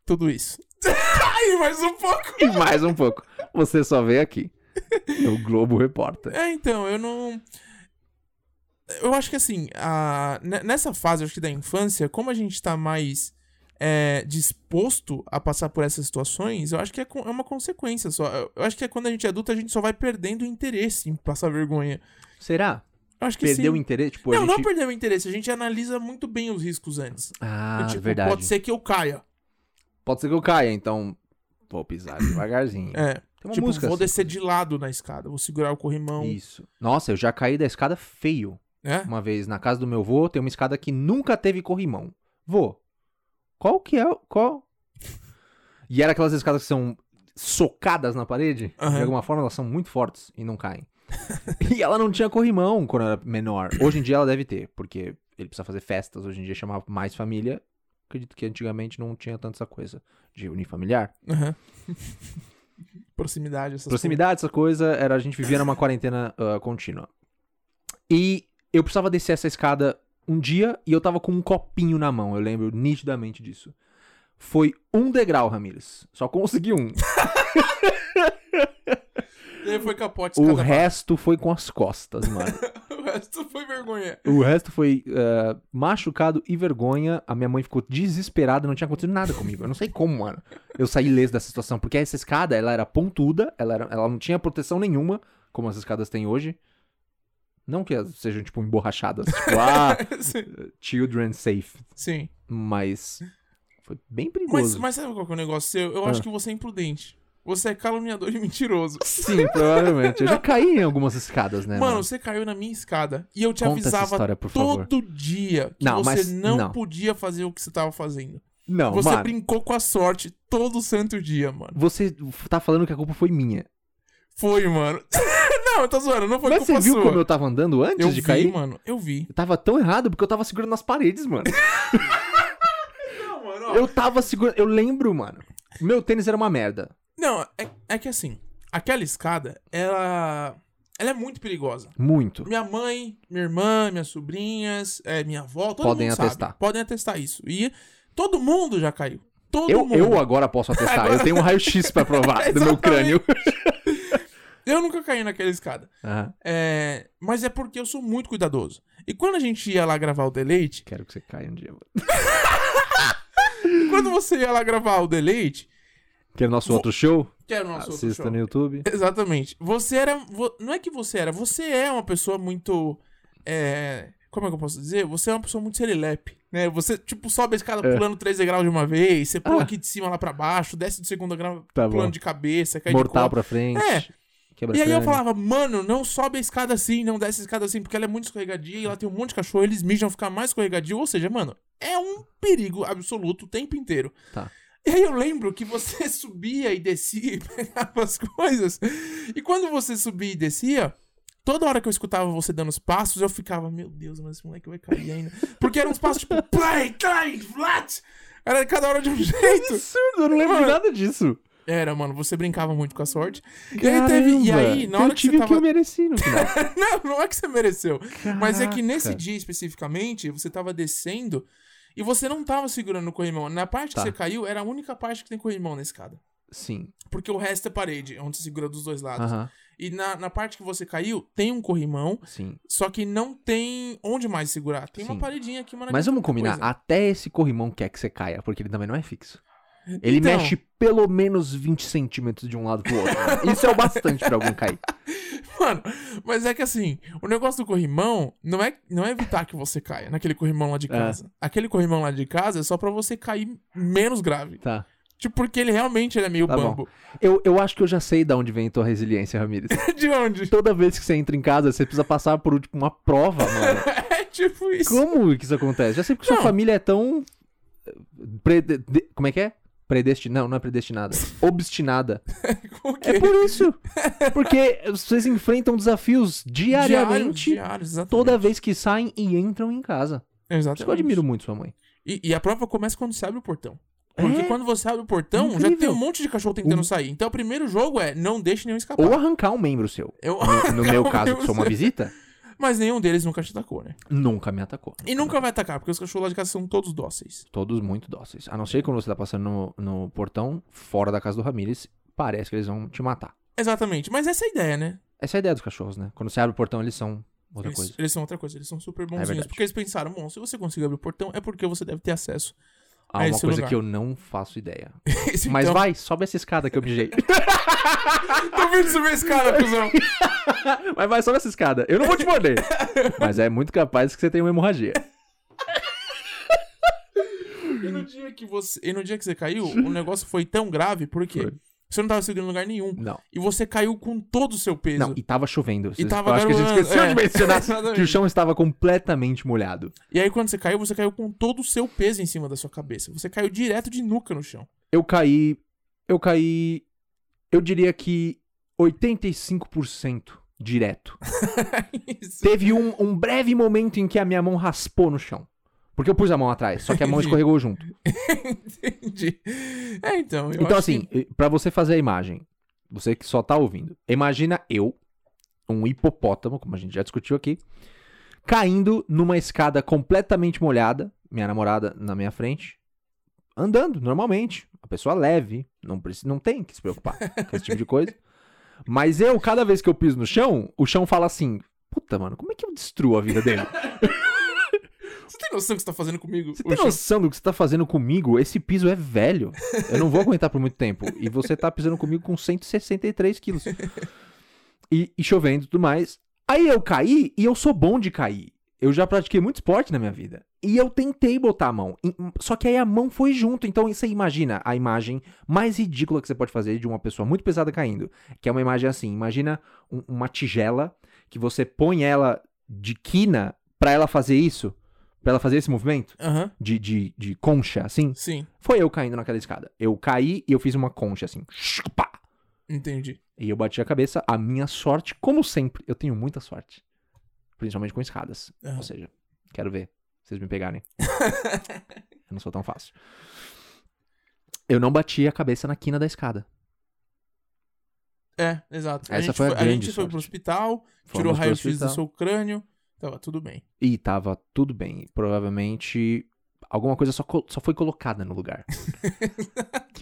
Speaker 2: tudo isso. Ai, mais um pouco.
Speaker 1: E mais um pouco. Você só vê aqui. No Globo Repórter.
Speaker 2: É, então, eu não. Eu acho que assim, a... ne- nessa fase acho que da infância, como a gente tá mais é, disposto a passar por essas situações, eu acho que é, con- é uma consequência só. Eu- Eu acho que é quando a gente é adulto, a gente só vai perdendo o interesse em passar vergonha.
Speaker 1: Será?
Speaker 2: Eu acho que
Speaker 1: Perdeu o
Speaker 2: sim.
Speaker 1: interesse? Tipo,
Speaker 2: Não,
Speaker 1: a gente...
Speaker 2: não perdeu o interesse. A gente analisa muito bem os riscos antes.
Speaker 1: Ah,
Speaker 2: Eu, tipo,
Speaker 1: verdade.
Speaker 2: Pode ser que eu caia.
Speaker 1: que eu caia, então vou pisar devagarzinho.
Speaker 2: É.
Speaker 1: Tem uma
Speaker 2: tipo,
Speaker 1: música
Speaker 2: vou
Speaker 1: assim.
Speaker 2: descer de lado na escada. Vou segurar o corrimão.
Speaker 1: Isso. Nossa, eu já caí da escada feio.
Speaker 2: né?
Speaker 1: Uma vez na casa do meu vô, tem uma escada que nunca teve corrimão. Vô, qual que é? o- Qual? E era aquelas escadas que são socadas na parede.
Speaker 2: Aham.
Speaker 1: De alguma forma, elas são muito fortes e não caem. e ela não tinha corrimão quando era menor. Hoje em dia ela deve ter, porque ele precisa fazer festas. Hoje em dia chamar mais família. Acredito que antigamente não tinha tanta essa coisa de unifamiliar.
Speaker 2: Aham. Proximidade, essas
Speaker 1: Proximidade, essa coisa, era a gente vivia numa quarentena ah, contínua. E eu precisava descer essa escada um dia e eu tava com um copinho na mão, eu lembro nitidamente disso. Foi um degrau, Ramires. Só consegui um.
Speaker 2: coisas. E aí foi capote,
Speaker 1: O
Speaker 2: escada. é
Speaker 1: resto foi com as costas, mano.
Speaker 2: O resto foi vergonha.
Speaker 1: O resto foi ah, machucado e vergonha. A minha mãe ficou desesperada, não tinha acontecido nada comigo. Eu não sei como, mano. Eu saí ileso dessa situação, porque essa escada, ela era pontuda, ela, era- ela não tinha proteção nenhuma, como as escadas têm hoje. Não que elas sejam, tipo, emborrachadas, tipo, ah,
Speaker 2: Sim.
Speaker 1: children safe.
Speaker 2: Sim.
Speaker 1: Mas foi bem
Speaker 2: Mas,
Speaker 1: perigoso.
Speaker 2: mas sabe qual que é o negócio seu? Eu
Speaker 1: Ah.
Speaker 2: acho que você é imprudente. Você é caluniador e mentiroso.
Speaker 1: Sim, provavelmente. Eu já caí em algumas escadas, né?
Speaker 2: mano, você caiu na minha escada. E eu te
Speaker 1: Conta essa
Speaker 2: avisava
Speaker 1: história, por favor.
Speaker 2: todo dia que
Speaker 1: Não,
Speaker 2: você
Speaker 1: mas-
Speaker 2: não,
Speaker 1: não.
Speaker 2: podia fazer o que você tava fazendo.
Speaker 1: Não,
Speaker 2: você
Speaker 1: mano.
Speaker 2: brincou com a sorte todo santo dia, mano.
Speaker 1: Você tá falando que a culpa foi minha.
Speaker 2: Foi, mano. não, eu tô zoando, não foi
Speaker 1: Mas
Speaker 2: culpa
Speaker 1: você viu
Speaker 2: sua.
Speaker 1: como eu tava andando antes
Speaker 2: Eu
Speaker 1: de
Speaker 2: vi,
Speaker 1: cair?
Speaker 2: mano. Eu vi.
Speaker 1: Eu tava tão errado porque eu tava segurando nas paredes, mano.
Speaker 2: Não, mano,
Speaker 1: Eu tava segurando. Eu lembro, mano. Meu tênis era uma merda.
Speaker 2: Não, é, é que assim, aquela escada, ela. Ela é muito perigosa.
Speaker 1: Muito.
Speaker 2: Minha mãe, minha irmã, minhas sobrinhas, eh, minha avó, todo
Speaker 1: Podem
Speaker 2: mundo
Speaker 1: atestar.
Speaker 2: sabe. Podem atestar isso. E todo mundo já caiu. Todo
Speaker 1: Eu,
Speaker 2: mundo.
Speaker 1: eu agora posso atestar. Eu tenho um raio-x pra provar do meu crânio.
Speaker 2: Eu nunca caí naquela escada.
Speaker 1: Aham.
Speaker 2: É, mas é porque eu sou muito cuidadoso. E quando a gente ia lá gravar o Deleite,
Speaker 1: Quero que você caia um dia, mano.
Speaker 2: quando você ia lá gravar o Deleite,
Speaker 1: Quer nosso outro show?
Speaker 2: que era o nosso outro
Speaker 1: Ah, Assista
Speaker 2: show.
Speaker 1: no YouTube.
Speaker 2: Exatamente. Você era. vo- Não é que você era, você é uma pessoa muito. é, Como é que eu posso dizer? Você é uma pessoa muito serelepe, né? Você, tipo, sobe a escada
Speaker 1: É.
Speaker 2: pulando 3 degraus de uma vez, você pula
Speaker 1: Ah.
Speaker 2: aqui de cima lá pra baixo, desce do segundo grau
Speaker 1: Tá
Speaker 2: pulando
Speaker 1: bom.
Speaker 2: de cabeça, cai
Speaker 1: Mortal
Speaker 2: de É.
Speaker 1: pra frente. Quebra
Speaker 2: E aí eu
Speaker 1: crânio.
Speaker 2: falava, mano, não sobe a escada assim, não desce a escada assim, porque ela é muito escorregadia e lá tem um monte de cachorro, eles mijam ficar mais escorregadio. Ou seja, mano, é um perigo absoluto o tempo inteiro.
Speaker 1: Tá.
Speaker 2: E aí eu lembro que você subia e descia e pegava as coisas. E quando você subia e descia, toda hora que eu escutava você dando os passos, eu ficava, meu Deus, mas esse moleque vai cair ainda. Porque eram uns passos tipo, play, play, flat. Era cada hora de um jeito.
Speaker 1: Absurdo, eu não lembro de
Speaker 2: Mano.
Speaker 1: nada disso.
Speaker 2: Era, mano, você brincava muito com a sorte. E aí
Speaker 1: Caramba.
Speaker 2: teve. E aí, na hora
Speaker 1: eu
Speaker 2: que
Speaker 1: tive
Speaker 2: você
Speaker 1: o que
Speaker 2: tava.
Speaker 1: eu mereci no final.
Speaker 2: Não, não é que você mereceu. Mas é que nesse
Speaker 1: Caraca.
Speaker 2: dia especificamente, você tava descendo e você não tava segurando o corrimão. Na parte
Speaker 1: Tá.
Speaker 2: que você caiu, era a única parte que tem corrimão na escada.
Speaker 1: Sim.
Speaker 2: Porque o resto é parede, onde você segura dos dois lados.
Speaker 1: Aham.
Speaker 2: E na, na parte que você caiu, tem um corrimão,
Speaker 1: Sim.
Speaker 2: só que não tem onde mais segurar. Tem
Speaker 1: Sim.
Speaker 2: uma paredinha aqui, mano.
Speaker 1: Mas vamos combinar,
Speaker 2: coisa.
Speaker 1: até esse corrimão quer que você caia, porque ele também não é fixo. Ele
Speaker 2: Então.
Speaker 1: mexe pelo menos 20 centímetros de um lado pro outro. Isso é o bastante pra alguém cair.
Speaker 2: Mano, mas é que assim, o negócio do corrimão não é, não é evitar que você caia naquele corrimão
Speaker 1: É.
Speaker 2: lá de casa. Aquele corrimão lá de casa é só pra você cair menos grave.
Speaker 1: Tá.
Speaker 2: Tipo, porque ele realmente ele é meio
Speaker 1: Tá bom.
Speaker 2: bambo.
Speaker 1: Eu, eu acho que eu já sei de onde vem tua resiliência, Ramires.
Speaker 2: De onde?
Speaker 1: Toda vez que você entra em casa, você precisa passar por tipo, uma prova, mano.
Speaker 2: É tipo isso.
Speaker 1: Como que isso acontece? Já sei porque sua
Speaker 2: Não.
Speaker 1: família é tão. eh, prede- de- Como é que é? Predestinada. Não, não é predestinada. Obstinada.
Speaker 2: O quê?
Speaker 1: É por isso. Porque vocês enfrentam desafios
Speaker 2: Diários,
Speaker 1: diariamente.
Speaker 2: diários, exatamente.
Speaker 1: toda vez que saem e entram em casa. Por isso
Speaker 2: Exatamente.
Speaker 1: que eu admiro muito sua mãe.
Speaker 2: E, e a prova começa quando você abre o portão. Porque
Speaker 1: É?
Speaker 2: quando você abre o portão, já
Speaker 1: Incrível.
Speaker 2: tem um monte de cachorro tentando
Speaker 1: O-
Speaker 2: sair. Então o primeiro jogo é não deixe nenhum escapar.
Speaker 1: Ou arrancar um membro seu.
Speaker 2: Eu-
Speaker 1: No, no meu caso,
Speaker 2: Meu
Speaker 1: que sou uma
Speaker 2: Deus.
Speaker 1: visita,
Speaker 2: Mas nenhum deles nunca te atacou, né?
Speaker 1: nunca me atacou.
Speaker 2: E nunca vai atacar, porque os cachorros lá de casa são todos dóceis.
Speaker 1: Todos muito dóceis. A não ser quando você tá passando no, no portão, fora da casa do Ramires, parece que eles vão te matar.
Speaker 2: Exatamente. Mas essa é a ideia, né?
Speaker 1: Essa é a ideia dos cachorros, né? Quando você abre o portão, eles são outra
Speaker 2: eles,
Speaker 1: coisa.
Speaker 2: eles são outra coisa, eles são super
Speaker 1: É
Speaker 2: bonzinhos.
Speaker 1: verdade.
Speaker 2: porque eles pensaram, bom, se você conseguir abrir o portão, é porque você deve ter acesso
Speaker 1: Há
Speaker 2: É
Speaker 1: uma
Speaker 2: esse
Speaker 1: coisa
Speaker 2: lugar.
Speaker 1: que eu não faço ideia.
Speaker 2: Esse
Speaker 1: Mas
Speaker 2: então-
Speaker 1: vai, sobe essa escada que eu mijei.
Speaker 2: Tô vindo subir esse cara, cuzão.
Speaker 1: Mas vai, sobe essa escada. Eu não vou te morder. Mas é muito capaz que você tenha uma hemorragia.
Speaker 2: E no dia que você, e no dia que você caiu, o negócio foi tão grave porque
Speaker 1: Foi.
Speaker 2: você não tava segurando em lugar nenhum.
Speaker 1: Não.
Speaker 2: E você caiu com todo o seu peso.
Speaker 1: Não, e tava chovendo.
Speaker 2: E tava
Speaker 1: eu acho que a gente
Speaker 2: garoando,
Speaker 1: esqueceu de
Speaker 2: é.
Speaker 1: mencionar
Speaker 2: Exatamente.
Speaker 1: que o chão estava completamente molhado.
Speaker 2: E aí quando você caiu, você caiu com todo o seu peso em cima da sua cabeça. Você caiu direto de nuca no chão.
Speaker 1: Eu caí. Eu caí. Eu diria que 85% direto.
Speaker 2: Isso.
Speaker 1: Teve um, um breve momento em que a minha mão raspou no chão. Porque eu pus a mão atrás, só que a mão
Speaker 2: Entendi.
Speaker 1: escorregou junto.
Speaker 2: Entendi. É, então. eu
Speaker 1: então,
Speaker 2: acho
Speaker 1: assim,
Speaker 2: que-
Speaker 1: pra você fazer a imagem, você que só tá ouvindo, imagina eu, um hipopótamo, como a gente já discutiu aqui, caindo numa escada completamente molhada, minha namorada na minha frente, andando normalmente, uma pessoa leve, não, precisa, não tem que se preocupar com esse tipo de coisa. Mas eu, cada vez que eu piso no chão, o chão fala assim: Puta, mano, como é que eu destruo a vida dele?
Speaker 2: Você tem noção do que você tá fazendo comigo?
Speaker 1: Você
Speaker 2: O
Speaker 1: tem
Speaker 2: chão-
Speaker 1: noção do que você tá fazendo comigo? Esse piso é velho. Eu não vou aguentar por muito tempo. E você tá pisando comigo com 163 quilos. E, e chovendo e tudo mais. Aí eu caí e eu sou bom de cair. Eu já pratiquei muito esporte na minha vida. E eu tentei botar a mão. E- Só que aí a mão foi junto. Então você imagina a imagem mais ridícula que você pode fazer de uma pessoa muito pesada caindo. Que é uma imagem assim. Imagina um- uma tigela que você põe ela de quina pra ela fazer isso. Pra ela fazer esse movimento
Speaker 2: Aham.
Speaker 1: de, de, de concha, assim,
Speaker 2: Sim,
Speaker 1: foi eu caindo naquela escada. Eu caí e eu fiz uma concha, assim. Pá!
Speaker 2: entendi.
Speaker 1: E eu bati a cabeça. A minha sorte, como sempre, eu tenho muita sorte. Principalmente com escadas.
Speaker 2: Aham.
Speaker 1: Ou seja, quero ver vocês me pegarem. eu não sou tão fácil. Eu não bati a cabeça na quina da escada.
Speaker 2: É, exato.
Speaker 1: Essa
Speaker 2: gente
Speaker 1: foi a
Speaker 2: a
Speaker 1: grande
Speaker 2: gente foi pro
Speaker 1: sorte.
Speaker 2: hospital, tirou
Speaker 1: Fomos pro
Speaker 2: raio-x do
Speaker 1: hospital.
Speaker 2: seu crânio, tava tudo bem.
Speaker 1: E tava tudo bem. Provavelmente alguma coisa só, co- só foi colocada no lugar.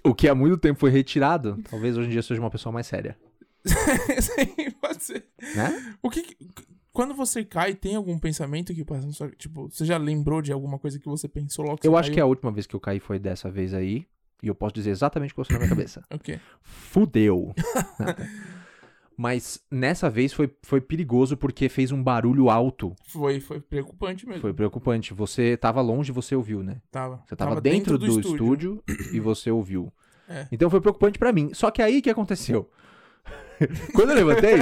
Speaker 1: o que há muito tempo foi retirado. Talvez hoje em dia eu seja uma pessoa mais séria.
Speaker 2: Sim, pode ser.
Speaker 1: Né?
Speaker 2: O que. que- Quando você cai, tem algum pensamento que passa na sua. Tipo, você já lembrou de alguma coisa que você pensou logo que
Speaker 1: Eu
Speaker 2: você
Speaker 1: acho que a última vez que eu caí foi dessa vez aí. E eu posso dizer exatamente o que passou na minha cabeça.
Speaker 2: é. Ok.
Speaker 1: Fudeu. Nada. Mas nessa vez foi, foi perigoso porque fez um barulho alto.
Speaker 2: Foi, foi preocupante mesmo.
Speaker 1: Foi preocupante. Você tava longe e você ouviu, né?
Speaker 2: Tava.
Speaker 1: Você tava, dentro, do, estúdio. e você ouviu.
Speaker 2: É.
Speaker 1: Então foi preocupante pra mim. Só que aí o que aconteceu? Quando eu levantei,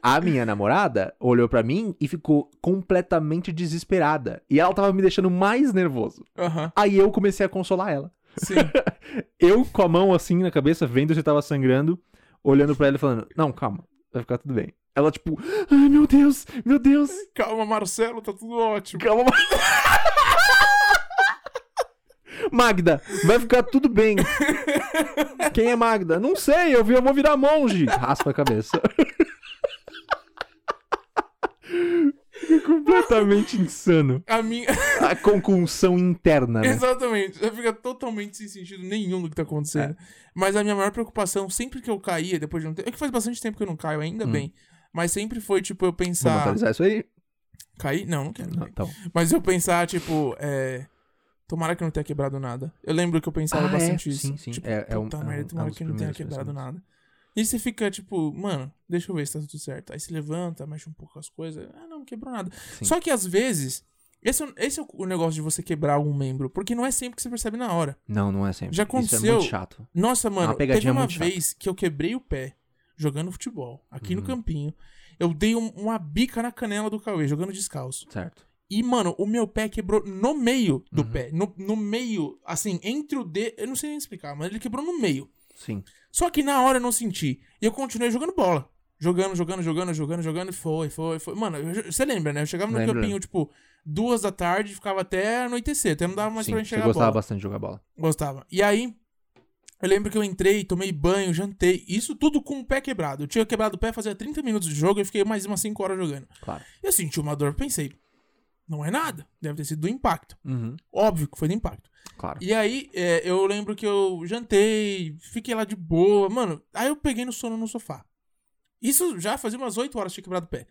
Speaker 1: a minha namorada olhou pra mim e ficou completamente desesperada. E ela tava me deixando mais nervoso.
Speaker 2: Aham,
Speaker 1: Aí eu comecei a consolar ela.
Speaker 2: sim.
Speaker 1: Eu com a mão assim na cabeça, vendo se tava sangrando, olhando pra ela e falando: Não, calma, vai ficar tudo bem. Ela, tipo, ai meu Deus, meu Deus,
Speaker 2: Calma, Marcelo, tá tudo ótimo.
Speaker 1: calma. Magda, vai ficar tudo bem. Quem é Magda? Não sei, eu vi, eu vou virar monge. Raspa a cabeça. Completamente insano.
Speaker 2: A minha.
Speaker 1: A concussão interna, né?
Speaker 2: Exatamente. Você fica totalmente sem sentido nenhum do que tá acontecendo.
Speaker 1: É.
Speaker 2: Mas a minha maior preocupação, sempre que eu caía, depois de um tempo. É que faz bastante tempo que eu não caio, ainda bem. Mas sempre foi, tipo, eu
Speaker 1: Vamos
Speaker 2: pensar.
Speaker 1: atualizar Hum. isso aí?
Speaker 2: Cair? Não, não quero.
Speaker 1: Não, então.
Speaker 2: Mas eu pensar, tipo, é. Tomara que eu não tenha quebrado nada. Eu lembro que eu pensava
Speaker 1: Ah, é?
Speaker 2: bastante isso.
Speaker 1: Sim, sim.
Speaker 2: Tipo,
Speaker 1: É- é um-
Speaker 2: puta
Speaker 1: é um- é
Speaker 2: merda,
Speaker 1: um
Speaker 2: tomara
Speaker 1: dos
Speaker 2: que eu não tenha
Speaker 1: primeiros
Speaker 2: quebrado
Speaker 1: pensamentos.
Speaker 2: nada. E você fica, tipo, mano, deixa eu ver se tá tudo certo. Aí se levanta, mexe um pouco as coisas. Ah, não, não quebrou nada.
Speaker 1: Sim.
Speaker 2: Só que às vezes, esse, é- esse é o negócio de você quebrar algum membro. Porque não é sempre que você percebe na hora.
Speaker 1: Não, não é sempre. Isso
Speaker 2: Já
Speaker 1: é
Speaker 2: aconteceu-
Speaker 1: muito chato.
Speaker 2: Nossa, mano,
Speaker 1: uma pegadinha
Speaker 2: teve uma
Speaker 1: muito chata.
Speaker 2: vez que eu quebrei o pé jogando futebol, aqui
Speaker 1: Uhum.
Speaker 2: no campinho. Eu dei um- uma bica na canela do Cauê, jogando descalço.
Speaker 1: Certo.
Speaker 2: E, mano, o meu pé quebrou no meio do
Speaker 1: Uhum.
Speaker 2: pé. No, no meio, assim, entre o dedo. Eu não sei nem explicar, mas ele quebrou no meio.
Speaker 1: Sim.
Speaker 2: Só que na hora eu não senti. E eu continuei jogando bola. Jogando, jogando, jogando, jogando, jogando. E foi, foi, foi. Mano, eu- você lembra, né? Eu chegava no
Speaker 1: Lembro,
Speaker 2: campinho, tipo, duas da tarde, ficava até anoitecer. Até não dava mais
Speaker 1: Sim.
Speaker 2: pra
Speaker 1: Você
Speaker 2: enxergar a
Speaker 1: gostava
Speaker 2: bola.
Speaker 1: bastante de jogar bola.
Speaker 2: Gostava. E aí, eu lembro que eu entrei, tomei banho, jantei. Isso tudo com o pé quebrado. Eu tinha quebrado o pé fazia 30 minutos de jogo e fiquei mais umas 5 horas jogando.
Speaker 1: Claro.
Speaker 2: Eu senti uma dor, pensei, não é nada. Deve ter sido do impacto. Óbvio que foi do impacto.
Speaker 1: Claro.
Speaker 2: E aí, é, eu lembro que eu jantei, fiquei lá de boa, mano. Aí eu peguei no sono no sofá. Isso já fazia umas 8 horas, tinha quebrado o pé.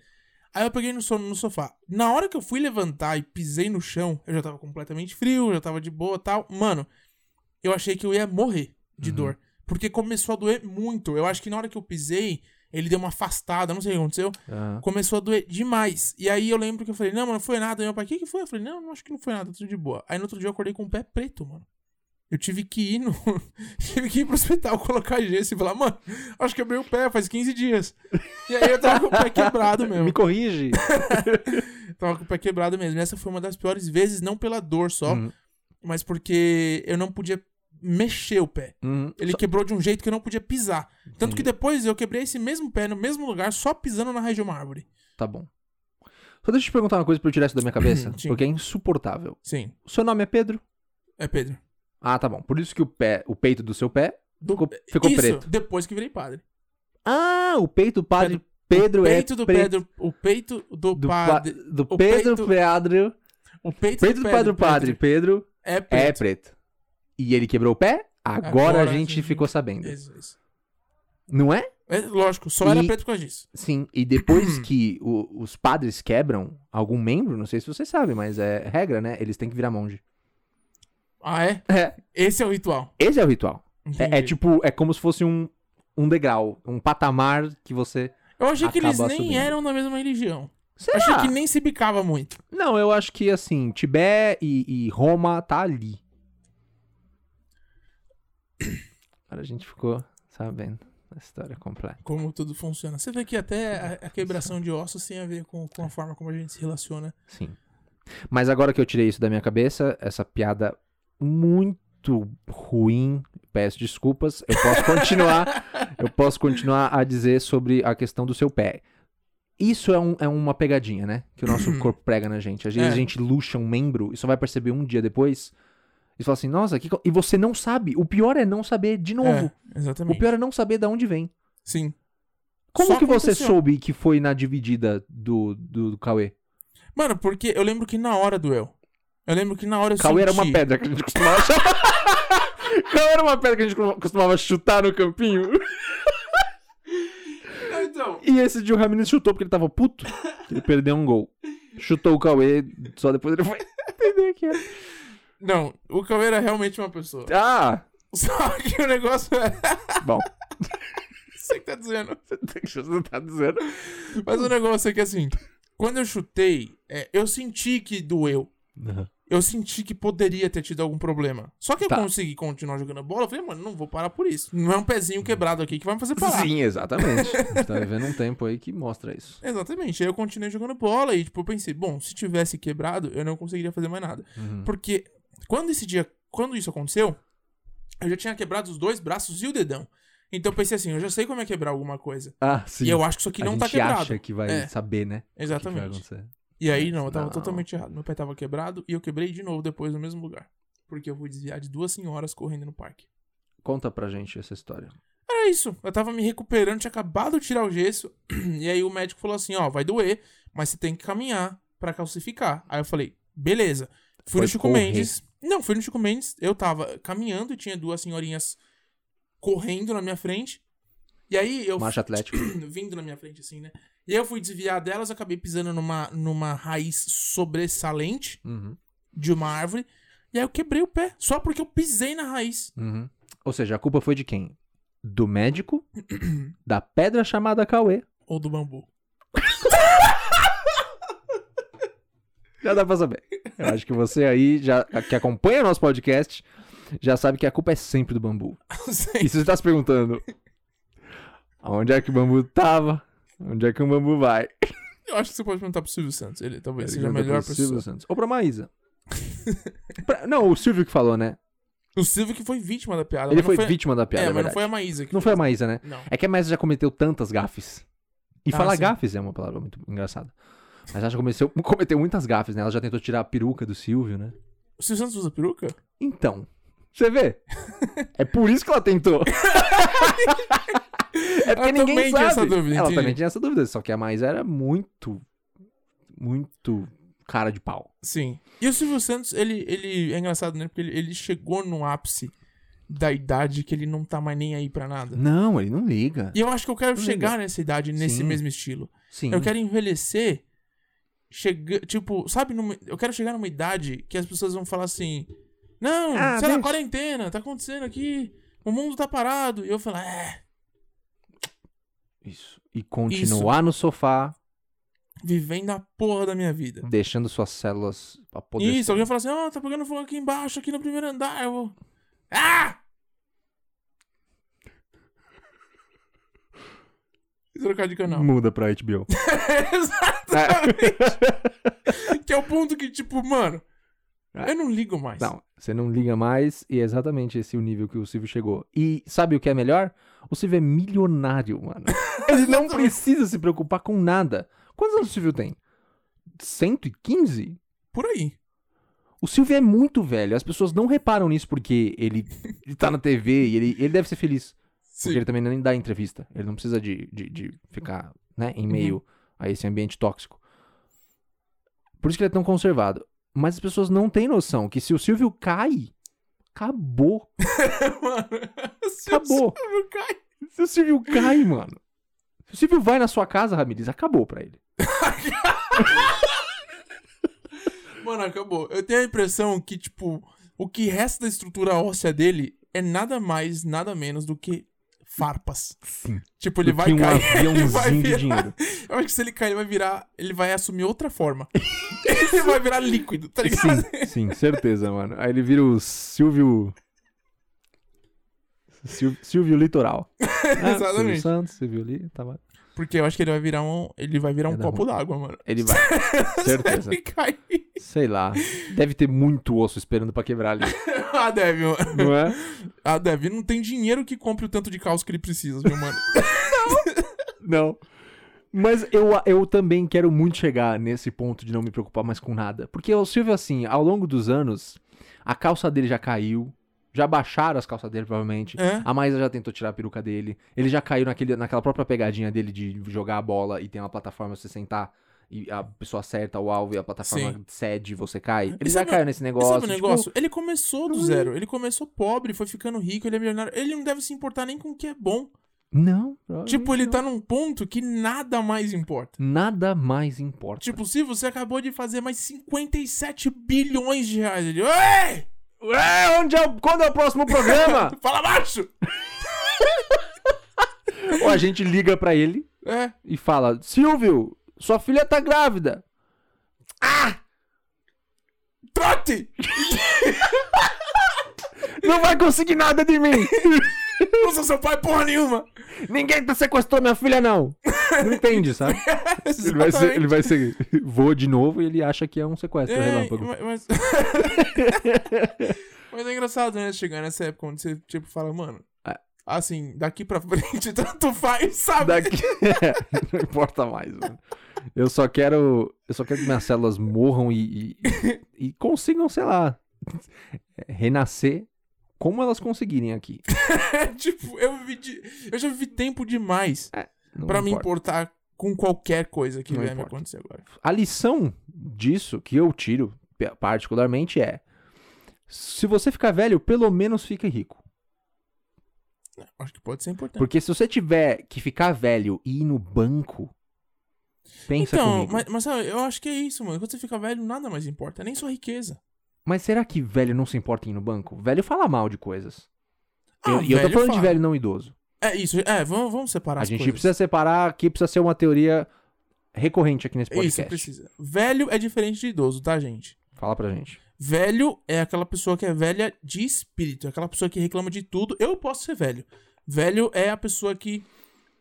Speaker 2: Aí eu peguei no sono no sofá. Na hora que eu fui levantar e pisei no chão, eu já tava completamente frio, já tava de boa tal. Mano, eu achei que eu ia morrer de dor. Porque começou a doer muito. Eu acho que na hora que eu pisei, ele deu uma afastada, não sei o que aconteceu.
Speaker 1: Ah,
Speaker 2: Começou a doer demais. E aí eu lembro que eu falei, não, mano, não foi nada. Aí meu pai, o que, que foi? Eu falei, não, não acho que não foi nada, tudo de boa. Aí no outro dia eu acordei com o pé preto, mano. Eu tive que ir no. tive que ir pro hospital colocar gesso e falar, mano, acho que meu pé faz 15 dias. E aí eu tava com o pé quebrado mesmo.
Speaker 1: Me corrige.
Speaker 2: Tava com o pé quebrado mesmo. E essa foi uma das piores vezes, não pela dor só,
Speaker 1: Hum,
Speaker 2: mas porque eu não podia mexer o pé.
Speaker 1: hum.
Speaker 2: Ele quebrou de um jeito que eu não podia pisar. Tanto que depois eu quebrei esse mesmo pé no mesmo lugar, só pisando na raiz de uma árvore.
Speaker 1: Tá bom. Só deixa eu te perguntar uma coisa pra eu tirar isso da minha cabeça,
Speaker 2: Sim.
Speaker 1: porque é insuportável.
Speaker 2: Sim,
Speaker 1: O seu nome é Pedro?
Speaker 2: é Pedro.
Speaker 1: Ah, tá bom. Por isso que o pé, o peito do seu pé
Speaker 2: Do-
Speaker 1: ficou, ficou
Speaker 2: Isso,
Speaker 1: preto.
Speaker 2: depois que virei padre.
Speaker 1: Ah, o peito do padre Pedro
Speaker 2: o
Speaker 1: é
Speaker 2: peito do
Speaker 1: preto.
Speaker 2: Pedro, o peito do,
Speaker 1: do pa-
Speaker 2: padre,
Speaker 1: do
Speaker 2: o
Speaker 1: Pedro
Speaker 2: peito-
Speaker 1: Pedro,
Speaker 2: o
Speaker 1: peito
Speaker 2: peito,
Speaker 1: do Pedro
Speaker 2: Pedro,
Speaker 1: Padre, Pedro
Speaker 2: é
Speaker 1: é
Speaker 2: preto.
Speaker 1: preto. E ele quebrou o pé? Agora,
Speaker 2: Agora
Speaker 1: a gente
Speaker 2: sim.
Speaker 1: ficou sabendo.
Speaker 2: Isso, isso.
Speaker 1: Não é?
Speaker 2: É, lógico, só
Speaker 1: E-
Speaker 2: era preto por causa disso.
Speaker 1: Sim. E depois que o- os padres quebram algum membro, não sei se você sabe, mas é regra, né? Eles têm que virar monge.
Speaker 2: Ah, é?
Speaker 1: É.
Speaker 2: Esse é o ritual.
Speaker 1: Esse é o ritual. É- É,
Speaker 2: Entendi.
Speaker 1: tipo, é como se fosse um, um degrau, um patamar que você.
Speaker 2: Eu achei que eles
Speaker 1: acaba Ah!
Speaker 2: nem
Speaker 1: subindo.
Speaker 2: eram da mesma religião.
Speaker 1: Será?
Speaker 2: Achei que nem se bicava muito.
Speaker 1: Não, eu acho que assim, Tibé e, e Roma tá ali. Agora a gente ficou sabendo a história completa.
Speaker 2: Como tudo funciona. Você vê que até a, a quebração de ossos tem a ver com, com a forma como a gente se relaciona.
Speaker 1: Sim. Mas agora que eu tirei isso da minha cabeça, essa piada muito ruim, peço desculpas, eu posso continuar, eu posso continuar a dizer sobre a questão do seu pé. Isso é, um- é uma pegadinha, né? Que o nosso corpo prega na gente. Às vezes
Speaker 2: Uhum. É.
Speaker 1: a gente luxa um membro e só vai perceber um dia depois e fala assim, nossa, que... co- e você não sabe. O pior é não saber de novo.
Speaker 2: É,
Speaker 1: o
Speaker 2: exatamente.
Speaker 1: pior é não saber de onde vem.
Speaker 2: Sim.
Speaker 1: Como
Speaker 2: Só
Speaker 1: que você
Speaker 2: aconteceu.
Speaker 1: soube que foi na dividida do, do, do Cauê?
Speaker 2: Mano, porque eu lembro que na hora doeu. Eu lembro que na hora eu
Speaker 1: Cauê era
Speaker 2: senti.
Speaker 1: uma pedra que a gente costumava achar. Cauê era uma pedra que a gente costumava chutar no campinho.
Speaker 2: pedra. Então,
Speaker 1: E esse dia o Ramirez chutou porque ele tava puto. Ele perdeu um gol. Chutou o Cauê, só depois ele foi entender que era.
Speaker 2: não, o Cauê era realmente uma pessoa.
Speaker 1: Ah,
Speaker 2: Só que o negócio é.
Speaker 1: bom.
Speaker 2: Você que tá dizendo.
Speaker 1: Deixa eu tá dizendo.
Speaker 2: Mas o negócio é que assim, quando eu chutei, é, eu senti que doeu. Eu senti que poderia ter tido algum problema. Só que eu
Speaker 1: Tá.
Speaker 2: consegui continuar jogando bola. Eu falei, mano, não vou parar por isso. Não é um pezinho quebrado aqui que vai me fazer parar.
Speaker 1: Sim, exatamente. Você tá vivendo um tempo aí que mostra isso.
Speaker 2: Exatamente. Aí eu continuei jogando bola e, tipo, eu pensei, bom, se tivesse quebrado, eu não conseguiria fazer mais nada.
Speaker 1: Uhum.
Speaker 2: Porque quando esse dia, quando isso aconteceu, eu já tinha quebrado os dois braços e o dedão. Então eu pensei assim, eu já sei como é quebrar alguma coisa.
Speaker 1: Ah, sim.
Speaker 2: E eu acho que isso aqui
Speaker 1: a
Speaker 2: não
Speaker 1: gente
Speaker 2: tá quebrado.
Speaker 1: acha que vai
Speaker 2: É.
Speaker 1: saber, né? o que que vai
Speaker 2: Exatamente.
Speaker 1: acontecer.
Speaker 2: E aí, não, eu tava
Speaker 1: Não.
Speaker 2: totalmente errado. Meu pé tava quebrado e eu quebrei de novo depois no mesmo lugar. Porque eu fui desviar de duas senhoras correndo no parque.
Speaker 1: Conta pra gente essa história.
Speaker 2: Era isso. Eu tava me recuperando, tinha acabado de tirar o gesso. E aí o médico falou assim: ó, vai doer, mas você tem que caminhar pra calcificar. Aí eu falei: beleza. Fui
Speaker 1: Foi
Speaker 2: no Chico
Speaker 1: correr.
Speaker 2: Mendes. Não, fui no Chico Mendes. Eu tava caminhando e tinha duas senhorinhas correndo na minha frente. E aí eu.
Speaker 1: Marcha Atlético.
Speaker 2: vindo na minha frente, assim, né? E aí eu fui desviar delas, acabei pisando numa, numa raiz sobressalente
Speaker 1: Uhum.
Speaker 2: de uma árvore. E aí eu quebrei o pé, só porque eu pisei na raiz.
Speaker 1: Uhum. Ou seja, a culpa foi de quem? Do médico, da pedra chamada Cauê.
Speaker 2: Ou do bambu.
Speaker 1: Já dá pra saber. Eu acho que você aí, já, que acompanha nosso podcast, já sabe que a culpa é sempre do bambu.
Speaker 2: Não sei.
Speaker 1: E se você tá se perguntando onde é que o bambu tava, onde é que o bambu vai?
Speaker 2: Eu acho que você pode perguntar pro Silvio Santos. Ele talvez seja é a
Speaker 1: Pergunta
Speaker 2: melhor
Speaker 1: pro Silvio
Speaker 2: pessoa.
Speaker 1: Santos. Ou pra Maísa. Pra- não, o Silvio que falou, né?
Speaker 2: O Silvio que foi vítima da piada.
Speaker 1: Ele
Speaker 2: mas não
Speaker 1: foi, vítima da piada, é,
Speaker 2: É, mas não
Speaker 1: verdade.
Speaker 2: foi a Maísa que
Speaker 1: Não foi a Maísa, né?
Speaker 2: Não.
Speaker 1: É que a Messi já cometeu tantas gafes. E
Speaker 2: Ah,
Speaker 1: falar
Speaker 2: sim.
Speaker 1: gafes é uma palavra muito engraçada. Mas ela já cometeu, cometeu muitas gafes, né? Ela já tentou tirar a peruca do Silvio, né?
Speaker 2: O Silvio Santos usa peruca?
Speaker 1: Então, você vê? É por isso que ela tentou. é porque
Speaker 2: Ela
Speaker 1: ninguém
Speaker 2: também
Speaker 1: sabe.
Speaker 2: tinha essa dúvida,
Speaker 1: ela
Speaker 2: entendi.
Speaker 1: também tinha essa dúvida, só que a mais era muito, muito cara de pau.
Speaker 2: Sim. E o Silvio Santos, ele, ele é engraçado, né? Porque ele, ele chegou no ápice da idade que ele não tá mais nem aí pra nada.
Speaker 1: Não, ele não liga.
Speaker 2: E eu acho que eu quero
Speaker 1: Não
Speaker 2: chegar nessa idade, nesse
Speaker 1: Sim.
Speaker 2: mesmo estilo.
Speaker 1: Sim.
Speaker 2: Eu quero envelhecer. Chega, tipo, sabe? numa- eu quero chegar numa idade que as pessoas vão falar assim: Não,
Speaker 1: Ah,
Speaker 2: sei lá,
Speaker 1: deixa."
Speaker 2: quarentena, tá acontecendo aqui. O mundo tá parado. E eu falar: É,
Speaker 1: Isso. E continuar no sofá,
Speaker 2: vivendo a porra da minha vida.
Speaker 1: deixando suas células apodrecer.
Speaker 2: Isso, alguém fala assim: Ó, tá pegando fogo aqui embaixo, aqui no primeiro andar. Eu vou. Ah! E é trocar de canal.
Speaker 1: Muda pra HBO.
Speaker 2: Exatamente. que é o ponto que, tipo, mano,
Speaker 1: É.
Speaker 2: eu não ligo mais.
Speaker 1: Não, você não liga mais e é exatamente esse o nível que o Silvio chegou. E sabe o que é melhor? O Silvio é milionário, mano. Ele não precisa se preocupar com nada. Quantos anos o Silvio tem? 115?
Speaker 2: Por aí.
Speaker 1: O Silvio é muito velho. As pessoas não reparam nisso porque ele, ele tá na TV e ele, ele deve ser feliz. Porque ele também nem dá entrevista. Ele não precisa de, de, de ficar né, em meio
Speaker 2: Uhum.
Speaker 1: a esse ambiente tóxico. Por isso que ele é tão conservado. Mas as pessoas não têm noção que se o Silvio cai, acabou.
Speaker 2: Mano, se o
Speaker 1: Acabou.
Speaker 2: Silvio cai,
Speaker 1: Se o Silvio cai, mano. Se o Silvio vai na sua casa, Ramirez, acabou pra ele.
Speaker 2: Mano, acabou. Eu tenho a impressão que, tipo, o que resta da estrutura óssea dele é nada mais, nada menos do que farpas.
Speaker 1: Sim.
Speaker 2: Tipo, ele vai
Speaker 1: um
Speaker 2: cair. ele vai
Speaker 1: aviãozinho de
Speaker 2: virar-
Speaker 1: dinheiro.
Speaker 2: Eu acho que se ele cair, ele vai virar. Ele vai assumir outra forma. ele vai virar líquido, tá ligado?
Speaker 1: Sim, sim, certeza, mano. Aí ele vira o Silvio. Sil- Silvio Litoral. Ah, Silvio
Speaker 2: Exatamente.
Speaker 1: Santos, Silvio Li. Tá bom.
Speaker 2: Porque eu acho que ele vai virar um. Ele vai virar um
Speaker 1: Vai dar
Speaker 2: copo d'água, mano.
Speaker 1: Ele vai. Certeza.
Speaker 2: Ele cai.
Speaker 1: Sei lá. Deve ter muito osso esperando pra quebrar ali.
Speaker 2: Ah, deve, mano.
Speaker 1: Não é?
Speaker 2: Ah, deve. Não tem dinheiro que compre o tanto de calço que ele precisa, viu, mano?
Speaker 1: Não. Mas eu, eu também quero muito chegar nesse ponto de não me preocupar mais com nada. Porque o Silvio, assim, ao longo dos anos, a calça dele já caiu. Já baixaram as calças dele, provavelmente.
Speaker 2: É.
Speaker 1: A Maísa já tentou tirar a peruca dele. Ele já caiu naquele, naquela própria pegadinha dele de jogar a bola e tem uma plataforma você sentar e a pessoa acerta o alvo e a plataforma
Speaker 2: Sim.
Speaker 1: cede e você cai. Ele
Speaker 2: E
Speaker 1: já
Speaker 2: sabe-
Speaker 1: caiu nesse
Speaker 2: E
Speaker 1: negócio.
Speaker 2: sabe o
Speaker 1: tipo,
Speaker 2: negócio? ele começou do
Speaker 1: Uhum.
Speaker 2: zero. Ele começou pobre, foi ficando rico, ele é milionário. Ele não deve se importar nem com o que é bom.
Speaker 1: não.
Speaker 2: Tipo, ele
Speaker 1: não.
Speaker 2: tá num ponto que nada mais importa.
Speaker 1: Nada mais importa.
Speaker 2: Tipo, se você acabou de fazer mais 57 bilhões de reais. Ele, Ei!
Speaker 1: Ué, onde é o- quando é o próximo programa?
Speaker 2: Fala baixo!
Speaker 1: Ou a gente liga pra ele
Speaker 2: É.
Speaker 1: e fala: Silvio, sua filha tá grávida.
Speaker 2: Trote!
Speaker 1: Não vai conseguir nada de mim.
Speaker 2: Não sou seu pai porra nenhuma!
Speaker 1: Ninguém tá sequestrou minha filha, não. Não entende, sabe? Ele vai ser. Ele vai ser voa de novo e ele acha que é um sequestro
Speaker 2: É,
Speaker 1: relâmpago.
Speaker 2: ma- mas... Mas é engraçado, né? Chegar nessa época onde você, tipo, fala, mano,
Speaker 1: Ah.
Speaker 2: assim, daqui pra frente tanto faz, sabe?
Speaker 1: Daqui. é, não importa mais, mano. Eu só quero. Eu só quero que minhas células morram e, e, e consigam, sei lá, renascer como elas conseguirem aqui.
Speaker 2: É, tipo, eu, vivi de- eu já vivi tempo demais
Speaker 1: Não
Speaker 2: pra me
Speaker 1: importa.
Speaker 2: importar com qualquer coisa que
Speaker 1: Não
Speaker 2: vier me
Speaker 1: importa.
Speaker 2: acontecer agora.
Speaker 1: A lição disso que eu tiro pe- particularmente é: se você ficar velho, pelo menos fica rico.
Speaker 2: Acho que pode ser importante.
Speaker 1: Porque se você tiver que ficar velho e ir no banco, pensa
Speaker 2: então,
Speaker 1: comigo.
Speaker 2: mas,
Speaker 1: Mas...
Speaker 2: mas sabe, eu acho que é isso, mano. Quando você fica velho, nada mais importa, nem sua riqueza.
Speaker 1: será que velho não se importa em ir no banco? Velho fala mal de coisas.
Speaker 2: Ah,
Speaker 1: Eu- e eu tô
Speaker 2: velho
Speaker 1: falando de
Speaker 2: fala.
Speaker 1: velho não idoso.
Speaker 2: É isso, é, vamos, vamos separar
Speaker 1: a
Speaker 2: as
Speaker 1: gente
Speaker 2: coisas.
Speaker 1: precisa separar aqui, precisa ser uma teoria recorrente aqui nesse
Speaker 2: É Isso,
Speaker 1: podcast.
Speaker 2: precisa. Velho é diferente de idoso, tá, gente?
Speaker 1: Fala pra gente.
Speaker 2: Velho é aquela pessoa que é velha de espírito, é aquela pessoa que reclama de tudo. Eu posso ser velho. Velho é a pessoa que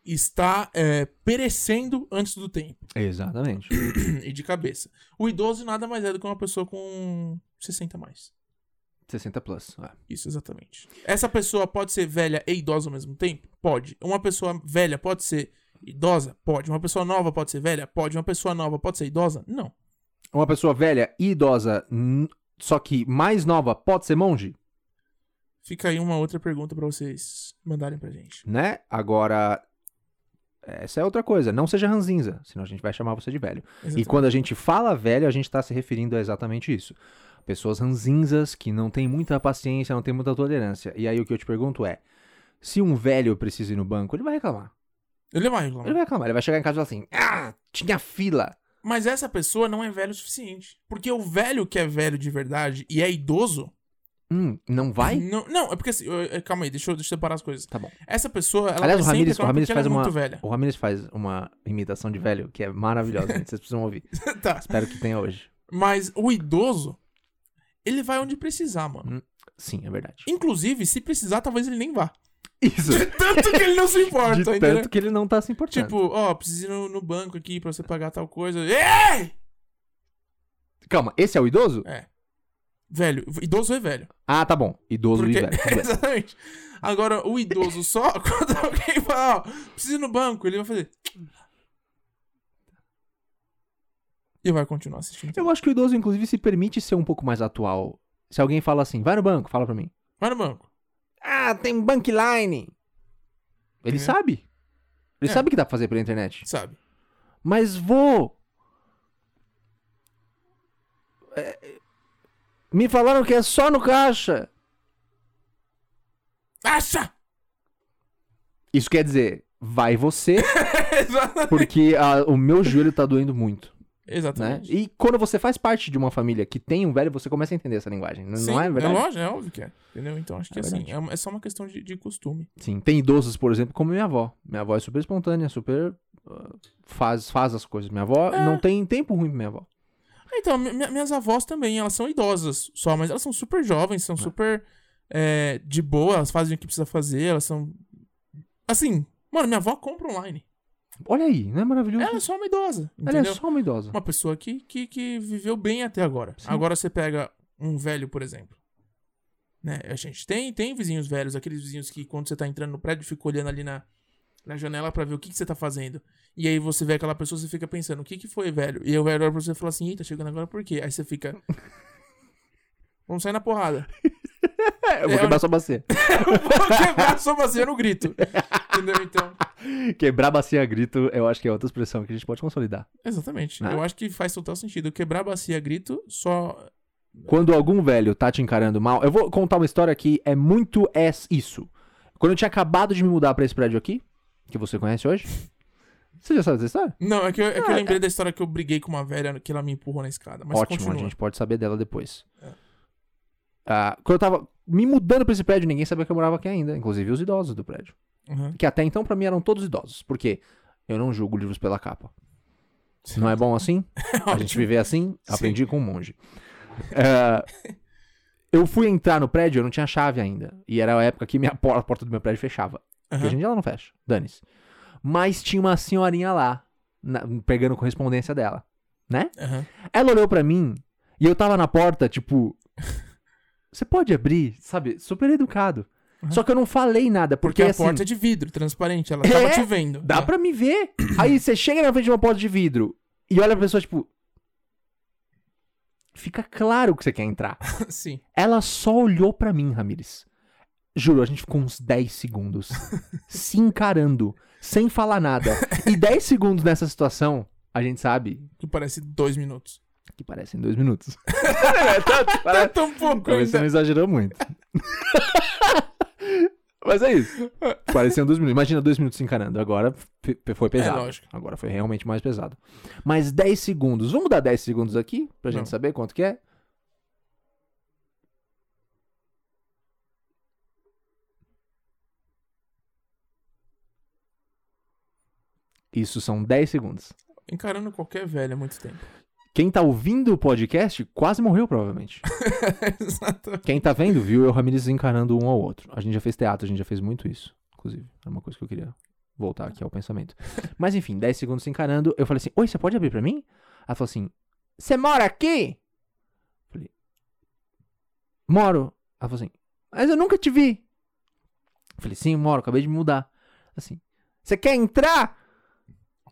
Speaker 2: está é, perecendo antes do tempo
Speaker 1: Exatamente.
Speaker 2: e de cabeça. O idoso nada mais é do que uma pessoa com 60 a mais.
Speaker 1: 60 plus. é.
Speaker 2: Isso, exatamente. Essa pessoa pode ser velha e idosa ao mesmo tempo? Pode. Uma pessoa velha pode ser idosa? Pode. Uma pessoa nova pode ser velha? Pode. Uma pessoa nova pode ser idosa? Não.
Speaker 1: Uma pessoa velha e idosa, n- só que mais nova, pode ser monge?
Speaker 2: Fica aí uma outra pergunta pra vocês mandarem pra gente.
Speaker 1: né? Agora, essa é outra coisa. Não seja ranzinza, senão a gente vai chamar você de velho. E
Speaker 2: Exatamente.
Speaker 1: quando a gente fala velho, a gente tá se referindo a exatamente isso. Pessoas ranzinzas que não têm muita paciência, não têm muita tolerância. E aí o que eu te pergunto é: se um velho precisa ir no banco, ele vai reclamar.
Speaker 2: Ele vai
Speaker 1: Ele
Speaker 2: reclamar.
Speaker 1: vai reclamar, ele vai chegar em casa e falar assim: ah, tinha fila.
Speaker 2: Mas essa pessoa não é velho o suficiente. Porque o velho que é velho de verdade e é idoso.
Speaker 1: Hum, não vai?
Speaker 2: Não, não é porque assim. eu- eu- calma aí, deixa eu, deixa eu separar as coisas.
Speaker 1: Tá bom.
Speaker 2: Essa pessoa, ela
Speaker 1: Aliás, o
Speaker 2: sempre
Speaker 1: Ramires- o
Speaker 2: reclama
Speaker 1: Ramires
Speaker 2: porque ela
Speaker 1: faz
Speaker 2: é
Speaker 1: uma-
Speaker 2: muito velha.
Speaker 1: O Ramirez faz uma imitação de velho que é maravilhosa, gente, vocês precisam ouvir.
Speaker 2: tá.
Speaker 1: Espero que tenha hoje.
Speaker 2: Mas o idoso, ele vai onde precisar, mano.
Speaker 1: Sim, é verdade.
Speaker 2: Inclusive, se precisar, talvez ele nem vá.
Speaker 1: Isso.
Speaker 2: De tanto que ele não se importa,
Speaker 1: De
Speaker 2: entendeu?
Speaker 1: tanto que ele não tá se importando.
Speaker 2: Tipo, ó, preciso ir no, no banco aqui pra você pagar tal coisa. Ei!
Speaker 1: calma, esse é o idoso?
Speaker 2: Velho, idoso é velho.
Speaker 1: Ah, tá bom. Idoso
Speaker 2: Porque-
Speaker 1: e velho. Tudo bem.
Speaker 2: Exatamente. Agora, o idoso só, quando alguém fala, ó, preciso ir no banco, ele vai fazer. E vai continuar assistindo.
Speaker 1: Eu acho que o idoso, inclusive, se permite ser um pouco mais atual. Se alguém fala assim, vai no banco, fala pra mim.
Speaker 2: Vai no banco.
Speaker 1: Ah, tem Uhum. Bankline. Ele
Speaker 2: É.
Speaker 1: sabe. Ele
Speaker 2: É.
Speaker 1: sabe que dá pra fazer pela internet.
Speaker 2: Sabe?
Speaker 1: Mas vou. É, Me falaram que é só no caixa.
Speaker 2: Acha!
Speaker 1: Isso quer dizer, vai você,
Speaker 2: Exata-
Speaker 1: porque ah, o meu joelho tá doendo muito. Né?
Speaker 2: Exatamente.
Speaker 1: E quando você faz parte de uma família que tem um velho, você começa a entender essa linguagem. n-
Speaker 2: Sim,
Speaker 1: não é verdade?
Speaker 2: lógico, é óbvio que é. Entendeu? Então acho que
Speaker 1: É
Speaker 2: assim,
Speaker 1: verdade.
Speaker 2: é, uma- é só uma questão de, de costume.
Speaker 1: Sim, tem idosos, por exemplo, como minha avó. Minha avó é super espontânea, super. ah, faz, faz as coisas. Minha avó
Speaker 2: É.
Speaker 1: não tem tempo ruim pra minha avó.
Speaker 2: Então, mi- mi- minhas avós também, elas são idosas só, mas elas são super jovens, são super é, de boa, elas fazem o que precisa fazer, elas são. Assim, mano, minha avó compra online.
Speaker 1: Olha aí, não é maravilhoso?
Speaker 2: Ela é só uma idosa.
Speaker 1: Ela
Speaker 2: Entendeu?
Speaker 1: é só uma idosa.
Speaker 2: Uma pessoa que, que, que viveu bem até agora.
Speaker 1: Sim.
Speaker 2: Agora você pega um velho, por exemplo. Né? A gente tem, tem vizinhos velhos, aqueles vizinhos que quando você tá entrando no prédio, fica olhando ali na, na janela pra ver o que, que você tá fazendo. E aí você vê aquela pessoa, você fica pensando, o que que foi, velho? E aí o velho olha pra você e fala assim, eita, chegando agora por quê? Aí você fica... Vamos sair na porrada.
Speaker 1: É, eu vou
Speaker 2: é,
Speaker 1: quebrar sua bacia.
Speaker 2: Vou quebrar sua bacia no grito. Entendeu? Então...
Speaker 1: Quebrar bacia a grito, eu acho que é outra expressão que a gente pode consolidar.
Speaker 2: Exatamente.
Speaker 1: Né?
Speaker 2: Eu acho que faz total sentido. Quebrar a bacia a grito só...
Speaker 1: Quando algum velho tá te encarando mal, eu vou contar uma história que é muito é isso. Quando eu tinha acabado de me mudar pra esse prédio aqui, que você conhece hoje, você já sabe dessa história?
Speaker 2: Não, é que, eu, é que eu
Speaker 1: Ah,
Speaker 2: lembrei da história que eu briguei com uma velha que ela me empurrou na escada. Mas
Speaker 1: Ótimo,
Speaker 2: continua.
Speaker 1: a gente pode saber dela depois.
Speaker 2: É.
Speaker 1: Ah, quando eu tava me mudando pra esse prédio, ninguém sabia que eu morava aqui ainda, inclusive os idosos do prédio.
Speaker 2: Uhum.
Speaker 1: Que até então pra mim eram todos idosos, porque eu não julgo livros pela capa. Não é bom assim? A gente
Speaker 2: Ótimo.
Speaker 1: viver assim,
Speaker 2: Sim.
Speaker 1: aprendi com um monge. É, eu fui entrar no prédio, eu não tinha chave ainda. E era a época que minha por- a porta do meu prédio fechava. Porque hoje
Speaker 2: Aham.
Speaker 1: em dia ela não fecha, dane-se. Mas tinha uma senhorinha lá, na- pegando correspondência dela. né?
Speaker 2: Aham.
Speaker 1: Ela olhou pra mim e eu tava na porta, tipo. Você pode abrir, sabe? Super educado.
Speaker 2: Uhum.
Speaker 1: Só que eu não falei nada, porque,
Speaker 2: Porque a
Speaker 1: assim.
Speaker 2: porta é de vidro, transparente. Ela tava
Speaker 1: É?
Speaker 2: te vendo.
Speaker 1: Dá
Speaker 2: É.
Speaker 1: pra me ver. Aí você chega na frente de uma porta de vidro e olha pra pessoa, tipo. Fica claro que você quer entrar.
Speaker 2: Sim.
Speaker 1: Ela só olhou pra mim, Ramires. Juro, a gente ficou uns 10 segundos se encarando, sem falar nada. E 10 segundos nessa situação, a gente sabe
Speaker 2: Que parece dois minutos.
Speaker 1: que parecem dois minutos. é tanto,
Speaker 2: É
Speaker 1: parece.
Speaker 2: tão pouco
Speaker 1: Talvez você não
Speaker 2: ainda.
Speaker 1: exagerou muito. Mas é isso. Pareciam dois minutos. Imagina dois minutos se encarando. Agora f- f- foi pesado.
Speaker 2: É lógico.
Speaker 1: Agora foi realmente mais pesado. Mas 10 segundos. Vamos dar 10 segundos aqui pra gente
Speaker 2: Não.
Speaker 1: saber quanto que é? Isso são 10 segundos.
Speaker 2: Encarando qualquer velho há muito tempo.
Speaker 1: Quem tá ouvindo o podcast quase morreu, provavelmente.
Speaker 2: Exato.
Speaker 1: Quem tá vendo, viu eu e o Ramirez encarando um ao outro. A gente já fez teatro, a gente já fez muito isso, inclusive. Era uma coisa que eu queria voltar aqui ao pensamento. Mas enfim, 10 segundos se encarando, eu falei assim: Oi, você pode abrir pra mim? Ela falou assim: Você mora aqui? Eu falei: Moro. Ela falou assim: Mas eu nunca te vi. Eu falei: Sim, moro, acabei de me mudar. Ela Assim: Você quer entrar?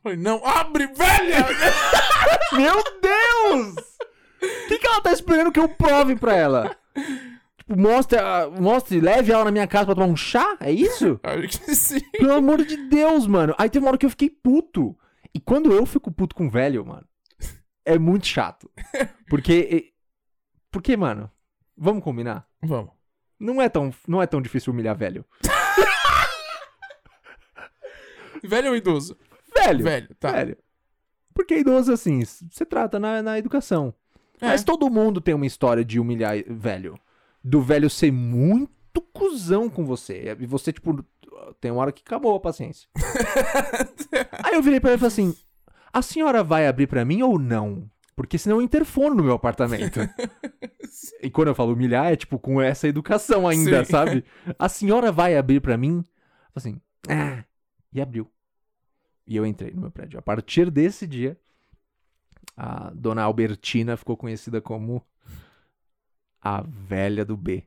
Speaker 2: Falei, Não, abre, velha!
Speaker 1: Meu Deus! O que, que ela tá esperando que eu prove pra ela? Tipo, mostra, mostre, leve ela na minha casa pra tomar um chá? É isso?
Speaker 2: Acho que sim.
Speaker 1: Pelo amor de Deus, mano. Aí teve uma hora que eu fiquei puto. E um quando eu fico puto com velho, mano, é muito chato. Porque eh, Porque, mano, vamos combinar?
Speaker 2: Vamos.
Speaker 1: Não é tão, não é tão difícil humilhar velho.
Speaker 2: Velho ou idoso?
Speaker 1: Velho!
Speaker 2: Velho, tá.
Speaker 1: Velho. Porque idoso, assim, s- você trata na, na educação.
Speaker 2: É.
Speaker 1: Mas todo mundo tem uma história de humilhar i- velho. Do velho ser muito cuzão com você. E você, tipo, tem uma hora que acabou a paciência. Aí eu virei pra ele e falei assim: a senhora vai abrir pra mim ou não? Porque senão eu interfono no meu apartamento. e quando eu falo humilhar, é tipo com essa educação ainda,
Speaker 2: Sim.
Speaker 1: sabe? A senhora vai abrir pra mim? Assim, ah, e abriu. E eu entrei no meu prédio. A partir desse dia, a dona Albertina ficou conhecida como a velha do B,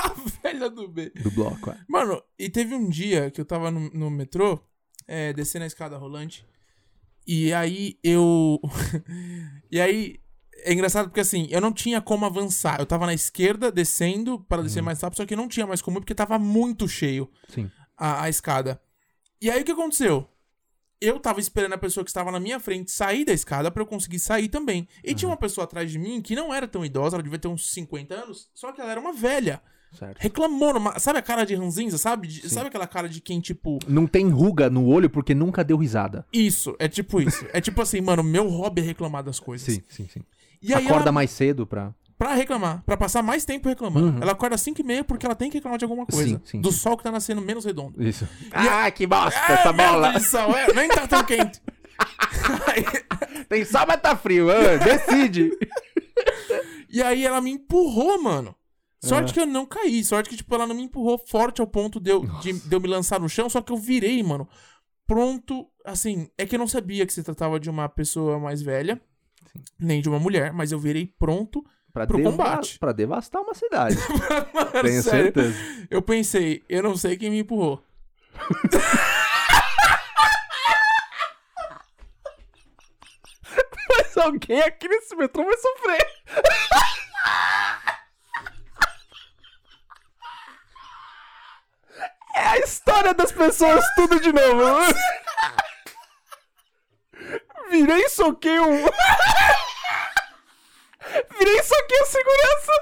Speaker 2: A velha do B.
Speaker 1: do bloco. é.
Speaker 2: Mano, e teve um dia que eu tava no, no metrô, é, descendo a escada rolante, e aí eu. e aí. É engraçado porque assim, eu não tinha como avançar. Eu tava na esquerda, descendo, para descer mais rápido, só que não tinha mais como ir, porque tava muito cheio
Speaker 1: Sim.
Speaker 2: a, a escada. E aí o que aconteceu? Eu tava esperando a pessoa que estava na minha frente sair da escada pra eu conseguir sair também. E tinha uma pessoa atrás de mim que não era tão idosa, ela devia ter uns 50 anos, só que ela era uma velha
Speaker 1: Certo.
Speaker 2: reclamou, numa- sabe a cara de ranzinza, sabe? De-
Speaker 1: Sim.
Speaker 2: sabe aquela cara de quem, tipo,
Speaker 1: Não tem ruga no olho porque nunca deu risada.
Speaker 2: isso, é tipo isso. é tipo assim, mano, meu hobby é reclamar das coisas.
Speaker 1: sim, sim.
Speaker 2: E aí
Speaker 1: Acorda
Speaker 2: ela,
Speaker 1: mais cedo pra.
Speaker 2: pra reclamar, pra passar mais tempo reclamando,
Speaker 1: Uhum.
Speaker 2: ela acorda às 5 e meia porque ela tem que reclamar de alguma coisa.
Speaker 1: Sim, sim,
Speaker 2: do
Speaker 1: sim.
Speaker 2: sol que tá nascendo menos redondo.
Speaker 1: Isso. Ah, que bosta
Speaker 2: Ah,
Speaker 1: essa
Speaker 2: merda
Speaker 1: bola!
Speaker 2: de sol, é, nem tá tão quente.
Speaker 1: Tem sol, mas tá frio. ah, decide!
Speaker 2: e aí ela me empurrou, mano. Sorte
Speaker 1: Ah.
Speaker 2: que eu não caí. Sorte que, tipo, ela não me empurrou forte ao ponto de eu, de, de eu me lançar no chão. Só que eu virei, mano. Pronto. Assim, é que eu não sabia que se tratava de uma pessoa mais velha.
Speaker 1: Sim.
Speaker 2: Nem de uma mulher. Mas eu virei pronto.
Speaker 1: Pra,
Speaker 2: Pro
Speaker 1: deva-
Speaker 2: combate.
Speaker 1: pra devastar uma cidade.
Speaker 2: Mano,
Speaker 1: Tenho
Speaker 2: sério.
Speaker 1: certeza.
Speaker 2: Eu pensei, eu não sei quem me empurrou.
Speaker 1: Mas alguém aqui nesse metrô vai sofrer. É a história das pessoas tudo de novo. Virei e soquei um. Virei e soquei a segurança.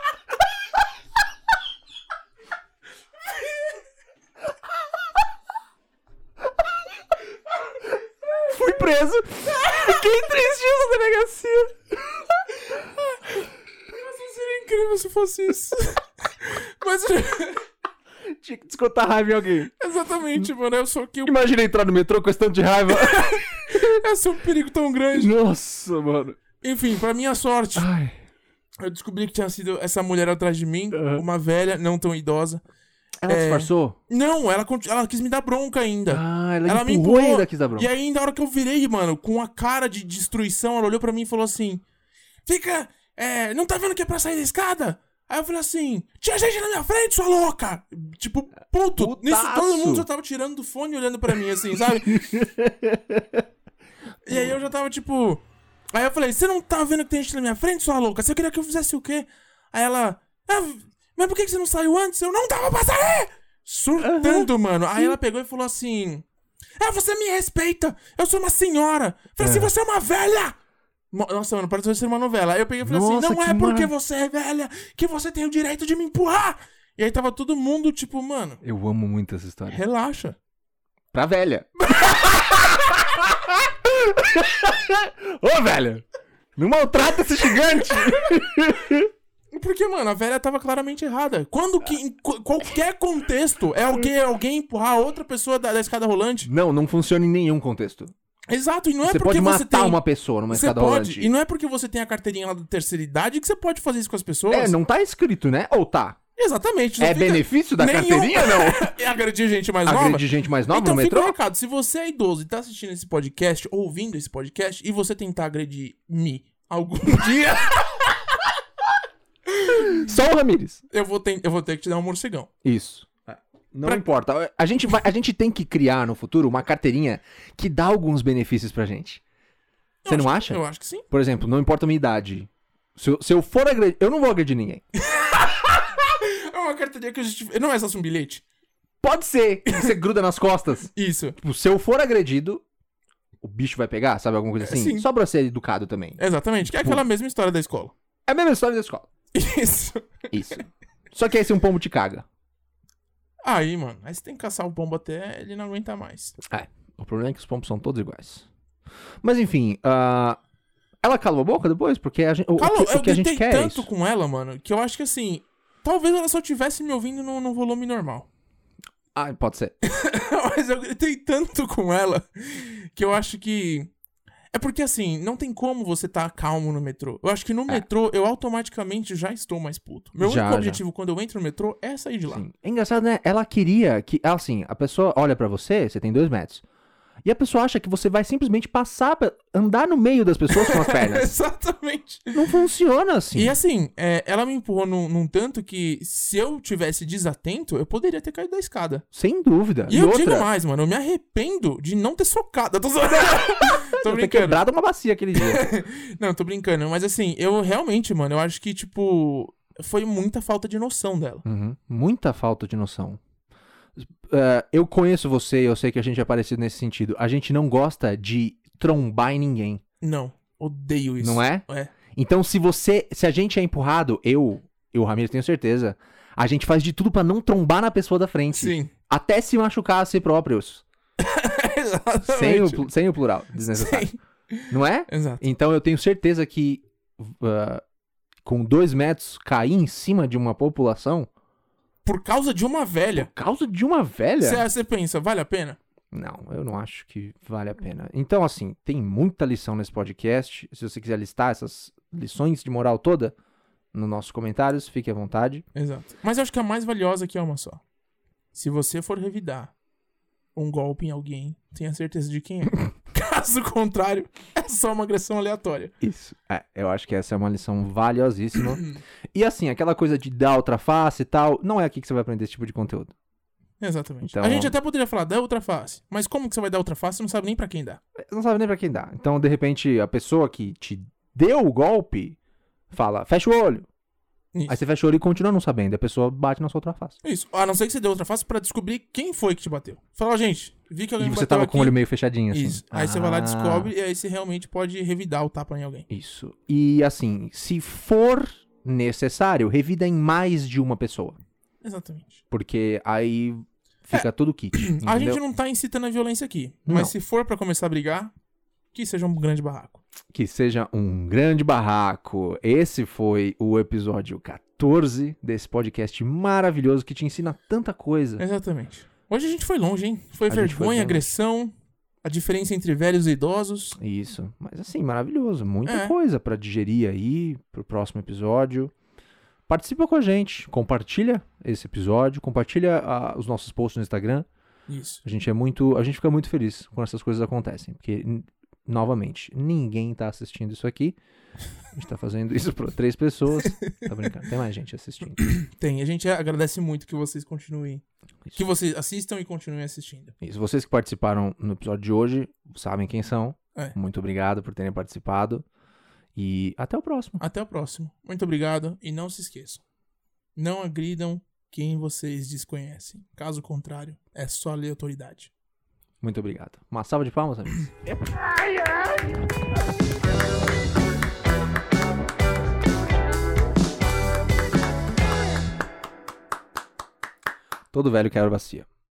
Speaker 1: Fui preso. Fiquei três dias na delegacia.
Speaker 2: Nossa, seria incrível se fosse isso. mas.
Speaker 1: Tinha que descontar raiva em alguém.
Speaker 2: Exatamente, mano. Eu sou que eu,
Speaker 1: Imagina entrar no metrô com esse tanto de raiva.
Speaker 2: eu sou um perigo tão grande.
Speaker 1: Nossa, mano.
Speaker 2: Enfim, pra minha sorte,
Speaker 1: Ai.
Speaker 2: eu descobri que tinha sido essa mulher atrás de mim,
Speaker 1: Aham.
Speaker 2: uma velha, não tão idosa.
Speaker 1: Ela
Speaker 2: É.
Speaker 1: disfarçou?
Speaker 2: Não, ela, conti- ela quis me dar bronca ainda.
Speaker 1: Ah, ela,
Speaker 2: Ela me
Speaker 1: empurrou
Speaker 2: empurrou.
Speaker 1: ainda quis dar bronca.
Speaker 2: E aí, na hora que eu virei, mano, com a cara de destruição, ela olhou pra mim e falou assim: Fica. É, não tá vendo que é pra sair da escada? Aí eu falei assim: Tinha gente na minha frente, sua louca! Tipo, puto.
Speaker 1: Putaço.
Speaker 2: Nisso todo mundo já tava tirando do fone e olhando pra mim, assim, sabe? e aí eu já tava tipo. Aí eu falei: Você não tá vendo que tem gente na minha frente, sua louca? Você queria que eu fizesse o quê? Aí ela: "Ah, Mas por que que você não saiu antes? Eu não tava pra sair! Surtando, mano. Aí ela pegou e falou assim. Ah, você me respeita! Eu sou uma senhora! Falei assim, você é uma velha! Mo- Nossa, mano, parece ser uma novela. Aí eu peguei e falei
Speaker 1: Nossa,
Speaker 2: assim, não
Speaker 1: que
Speaker 2: é porque
Speaker 1: mar-
Speaker 2: você é velha que você tem o direito de me empurrar! E aí tava todo mundo, tipo, mano,
Speaker 1: Eu amo muito essa história.
Speaker 2: relaxa.
Speaker 1: Pra velha. Ô, velha. Não maltrata esse gigante.
Speaker 2: Porque, mano, a velha tava claramente errada. Quando que, em qu- qualquer contexto, é alguém, alguém empurrar outra pessoa da, da escada rolante.
Speaker 1: não, não funciona em nenhum contexto.
Speaker 2: Exato, e não é
Speaker 1: você
Speaker 2: porque
Speaker 1: pode matar
Speaker 2: você tem...
Speaker 1: uma pessoa numa
Speaker 2: Você
Speaker 1: escada
Speaker 2: pode,
Speaker 1: rolante.
Speaker 2: e não é porque você tem a carteirinha lá da terceira idade que você pode fazer isso com as pessoas.
Speaker 1: É, não tá escrito, né? Ou tá?
Speaker 2: Exatamente. não
Speaker 1: É
Speaker 2: fica-
Speaker 1: benefício da
Speaker 2: Nenhum- É
Speaker 1: carteirinha ou não?
Speaker 2: E agredir gente mais nova?
Speaker 1: Agredir gente mais nova
Speaker 2: então
Speaker 1: no
Speaker 2: fica o
Speaker 1: metrô?
Speaker 2: recado, se você é idoso e tá assistindo esse podcast, ou ouvindo esse podcast, e você tentar agredir me algum dia,
Speaker 1: Só o Ramires.
Speaker 2: eu vou, ten- eu vou ter que te dar um morcegão.
Speaker 1: Isso. Não
Speaker 2: Ah, Pra-
Speaker 1: importa. A gente, vai, a gente tem que criar no futuro uma carteirinha que dá alguns benefícios pra gente.
Speaker 2: Eu
Speaker 1: Você não
Speaker 2: acho-
Speaker 1: acha?
Speaker 2: Eu acho que sim.
Speaker 1: Por exemplo, não importa a minha idade. Se eu, se eu for agredir. Eu não vou agredir ninguém.
Speaker 2: É uma carteirinha que eu justifico. Não é só um bilhete?
Speaker 1: Pode ser que você gruda nas costas.
Speaker 2: Isso.
Speaker 1: Tipo, se eu for agredido, o bicho vai pegar, sabe? Alguma coisa assim.
Speaker 2: Sim.
Speaker 1: Só pra eu ser educado também.
Speaker 2: Exatamente. Que é aquela mesma história da escola.
Speaker 1: É a mesma história da escola.
Speaker 2: Isso.
Speaker 1: Isso. Só que aí se um pombo te caga.
Speaker 2: Aí, mano, aí você tem que caçar o pombo até ele não aguentar mais.
Speaker 1: O problema é que os pombos são todos iguais. Mas enfim, ah, ela calou a boca depois? Porque a gente, o- o,
Speaker 2: Calou,
Speaker 1: que, o
Speaker 2: eu
Speaker 1: que a gente
Speaker 2: gritei
Speaker 1: quer é
Speaker 2: tanto
Speaker 1: isso.
Speaker 2: com ela, mano, que eu acho que assim, talvez ela só tivesse me ouvindo no, no volume normal.
Speaker 1: Ah, pode ser.
Speaker 2: Mas eu gritei tanto com ela que eu acho que. É porque assim, não tem como você tá calmo no metrô. Eu acho que no metrô eu automaticamente já estou mais puto. Meu
Speaker 1: É. Já, já.
Speaker 2: único objetivo quando eu entro no metrô é sair de lá.
Speaker 1: Sim. É engraçado, né? Ela queria que, assim, a pessoa olha pra você, você tem dois metros. E a pessoa acha que você vai simplesmente passar, pra- andar no meio das pessoas com as pernas.
Speaker 2: Exatamente.
Speaker 1: Não funciona assim.
Speaker 2: E assim, é, ela me empurrou num, num tanto que se eu tivesse desatento, eu poderia ter caído da escada.
Speaker 1: Sem dúvida.
Speaker 2: E, eu
Speaker 1: outra,
Speaker 2: digo mais, mano, eu me arrependo de não ter socado. Eu tô, zoando. tô
Speaker 1: eu ter
Speaker 2: brincando.
Speaker 1: quebrado uma bacia aquele dia.
Speaker 2: Não, tô brincando. Mas assim, eu realmente, mano, eu acho que, tipo, foi muita falta de noção dela.
Speaker 1: Uhum. Muita falta de noção. É, eu conheço você e eu sei que a gente é parecido nesse sentido. A gente não gosta de trombar em ninguém,
Speaker 2: Não, odeio isso.
Speaker 1: não é?
Speaker 2: É.
Speaker 1: Então, se você. Se a gente é empurrado, eu e o Ramiro tenho certeza. A gente faz de tudo pra não trombar na pessoa da frente.
Speaker 2: Sim.
Speaker 1: Até se machucar a si próprios.
Speaker 2: Exatamente.
Speaker 1: Sem o, plu- sem o plural, desnecessário. Não é?
Speaker 2: Exato.
Speaker 1: Então eu tenho certeza que ah, com dois metros cair em cima de uma população
Speaker 2: Por causa de uma velha.
Speaker 1: por causa de uma velha.
Speaker 2: Você você pensa, vale a pena?
Speaker 1: Não, eu não acho que vale a pena. Então, assim, tem muita lição nesse podcast. Se você quiser listar essas lições de moral toda nos nossos comentários, fique à vontade.
Speaker 2: Exato. Mas eu acho que a mais valiosa aqui é uma só. Se você for revidar um golpe em alguém, tenha certeza de quem é. Caso contrário, é só uma agressão aleatória.
Speaker 1: Isso. É, eu acho que essa é uma lição valiosíssima. e assim, aquela coisa de dar outra face e tal, não é aqui que você vai aprender esse tipo de conteúdo.
Speaker 2: Exatamente.
Speaker 1: Então-
Speaker 2: A gente até poderia falar, dá outra face. Mas como que você vai dar outra face? Você não sabe nem pra quem dá.
Speaker 1: Você não sabe nem pra quem dá. Então, de repente, a pessoa que te deu o golpe fala, fecha o olho.
Speaker 2: Isso.
Speaker 1: Aí você fecha o olho e continua não sabendo. E a pessoa bate na sua outra face.
Speaker 2: Isso. A não ser que você dê outra face pra descobrir quem foi que te bateu. Fala, "Ó, gente, vi que alguém
Speaker 1: E
Speaker 2: me
Speaker 1: você
Speaker 2: bateu
Speaker 1: tava
Speaker 2: aqui.
Speaker 1: com o olho meio fechadinho, assim.
Speaker 2: Isso. Aí você vai lá,
Speaker 1: Ah.
Speaker 2: descobre, e aí você realmente pode revidar o tapa em alguém.
Speaker 1: Isso. E assim, se for necessário, revida em mais de uma pessoa.
Speaker 2: Exatamente.
Speaker 1: Porque aí fica tudo kit.
Speaker 2: É. A
Speaker 1: entendeu?
Speaker 2: gente não tá incitando a violência aqui.
Speaker 1: Não.
Speaker 2: Mas se for pra começar a brigar, que seja um grande barraco.
Speaker 1: Que seja um grande barraco. Esse foi o episódio 14 desse podcast maravilhoso que te ensina tanta coisa.
Speaker 2: Exatamente. Hoje a gente foi longe, hein? Foi
Speaker 1: A gente foi bem
Speaker 2: vergonha, agressão, a diferença entre velhos e idosos.
Speaker 1: Isso. Mas assim, maravilhoso. Muita
Speaker 2: É.
Speaker 1: coisa pra digerir aí pro próximo episódio. Participa com a gente, compartilha esse episódio, compartilha ah, os nossos posts no Instagram.
Speaker 2: Isso.
Speaker 1: A gente é muito, a gente fica muito feliz quando essas coisas acontecem, porque n- novamente, ninguém tá assistindo isso aqui. A gente tá fazendo isso para três pessoas. Tá brincando, tem mais gente assistindo.
Speaker 2: Tem. A gente agradece muito que vocês continuem.
Speaker 1: Isso.
Speaker 2: Que vocês assistam e continuem assistindo.
Speaker 1: Isso, vocês que participaram no episódio de hoje, sabem quem são.
Speaker 2: É.
Speaker 1: Muito obrigado por terem participado. E até o próximo.
Speaker 2: Até o próximo. Muito obrigado e não se esqueçam. Não agridam quem vocês desconhecem. Caso contrário, é só aleatoriedade.
Speaker 1: Muito obrigado. Uma salva de palmas, amigos. Todo velho quebra bacia.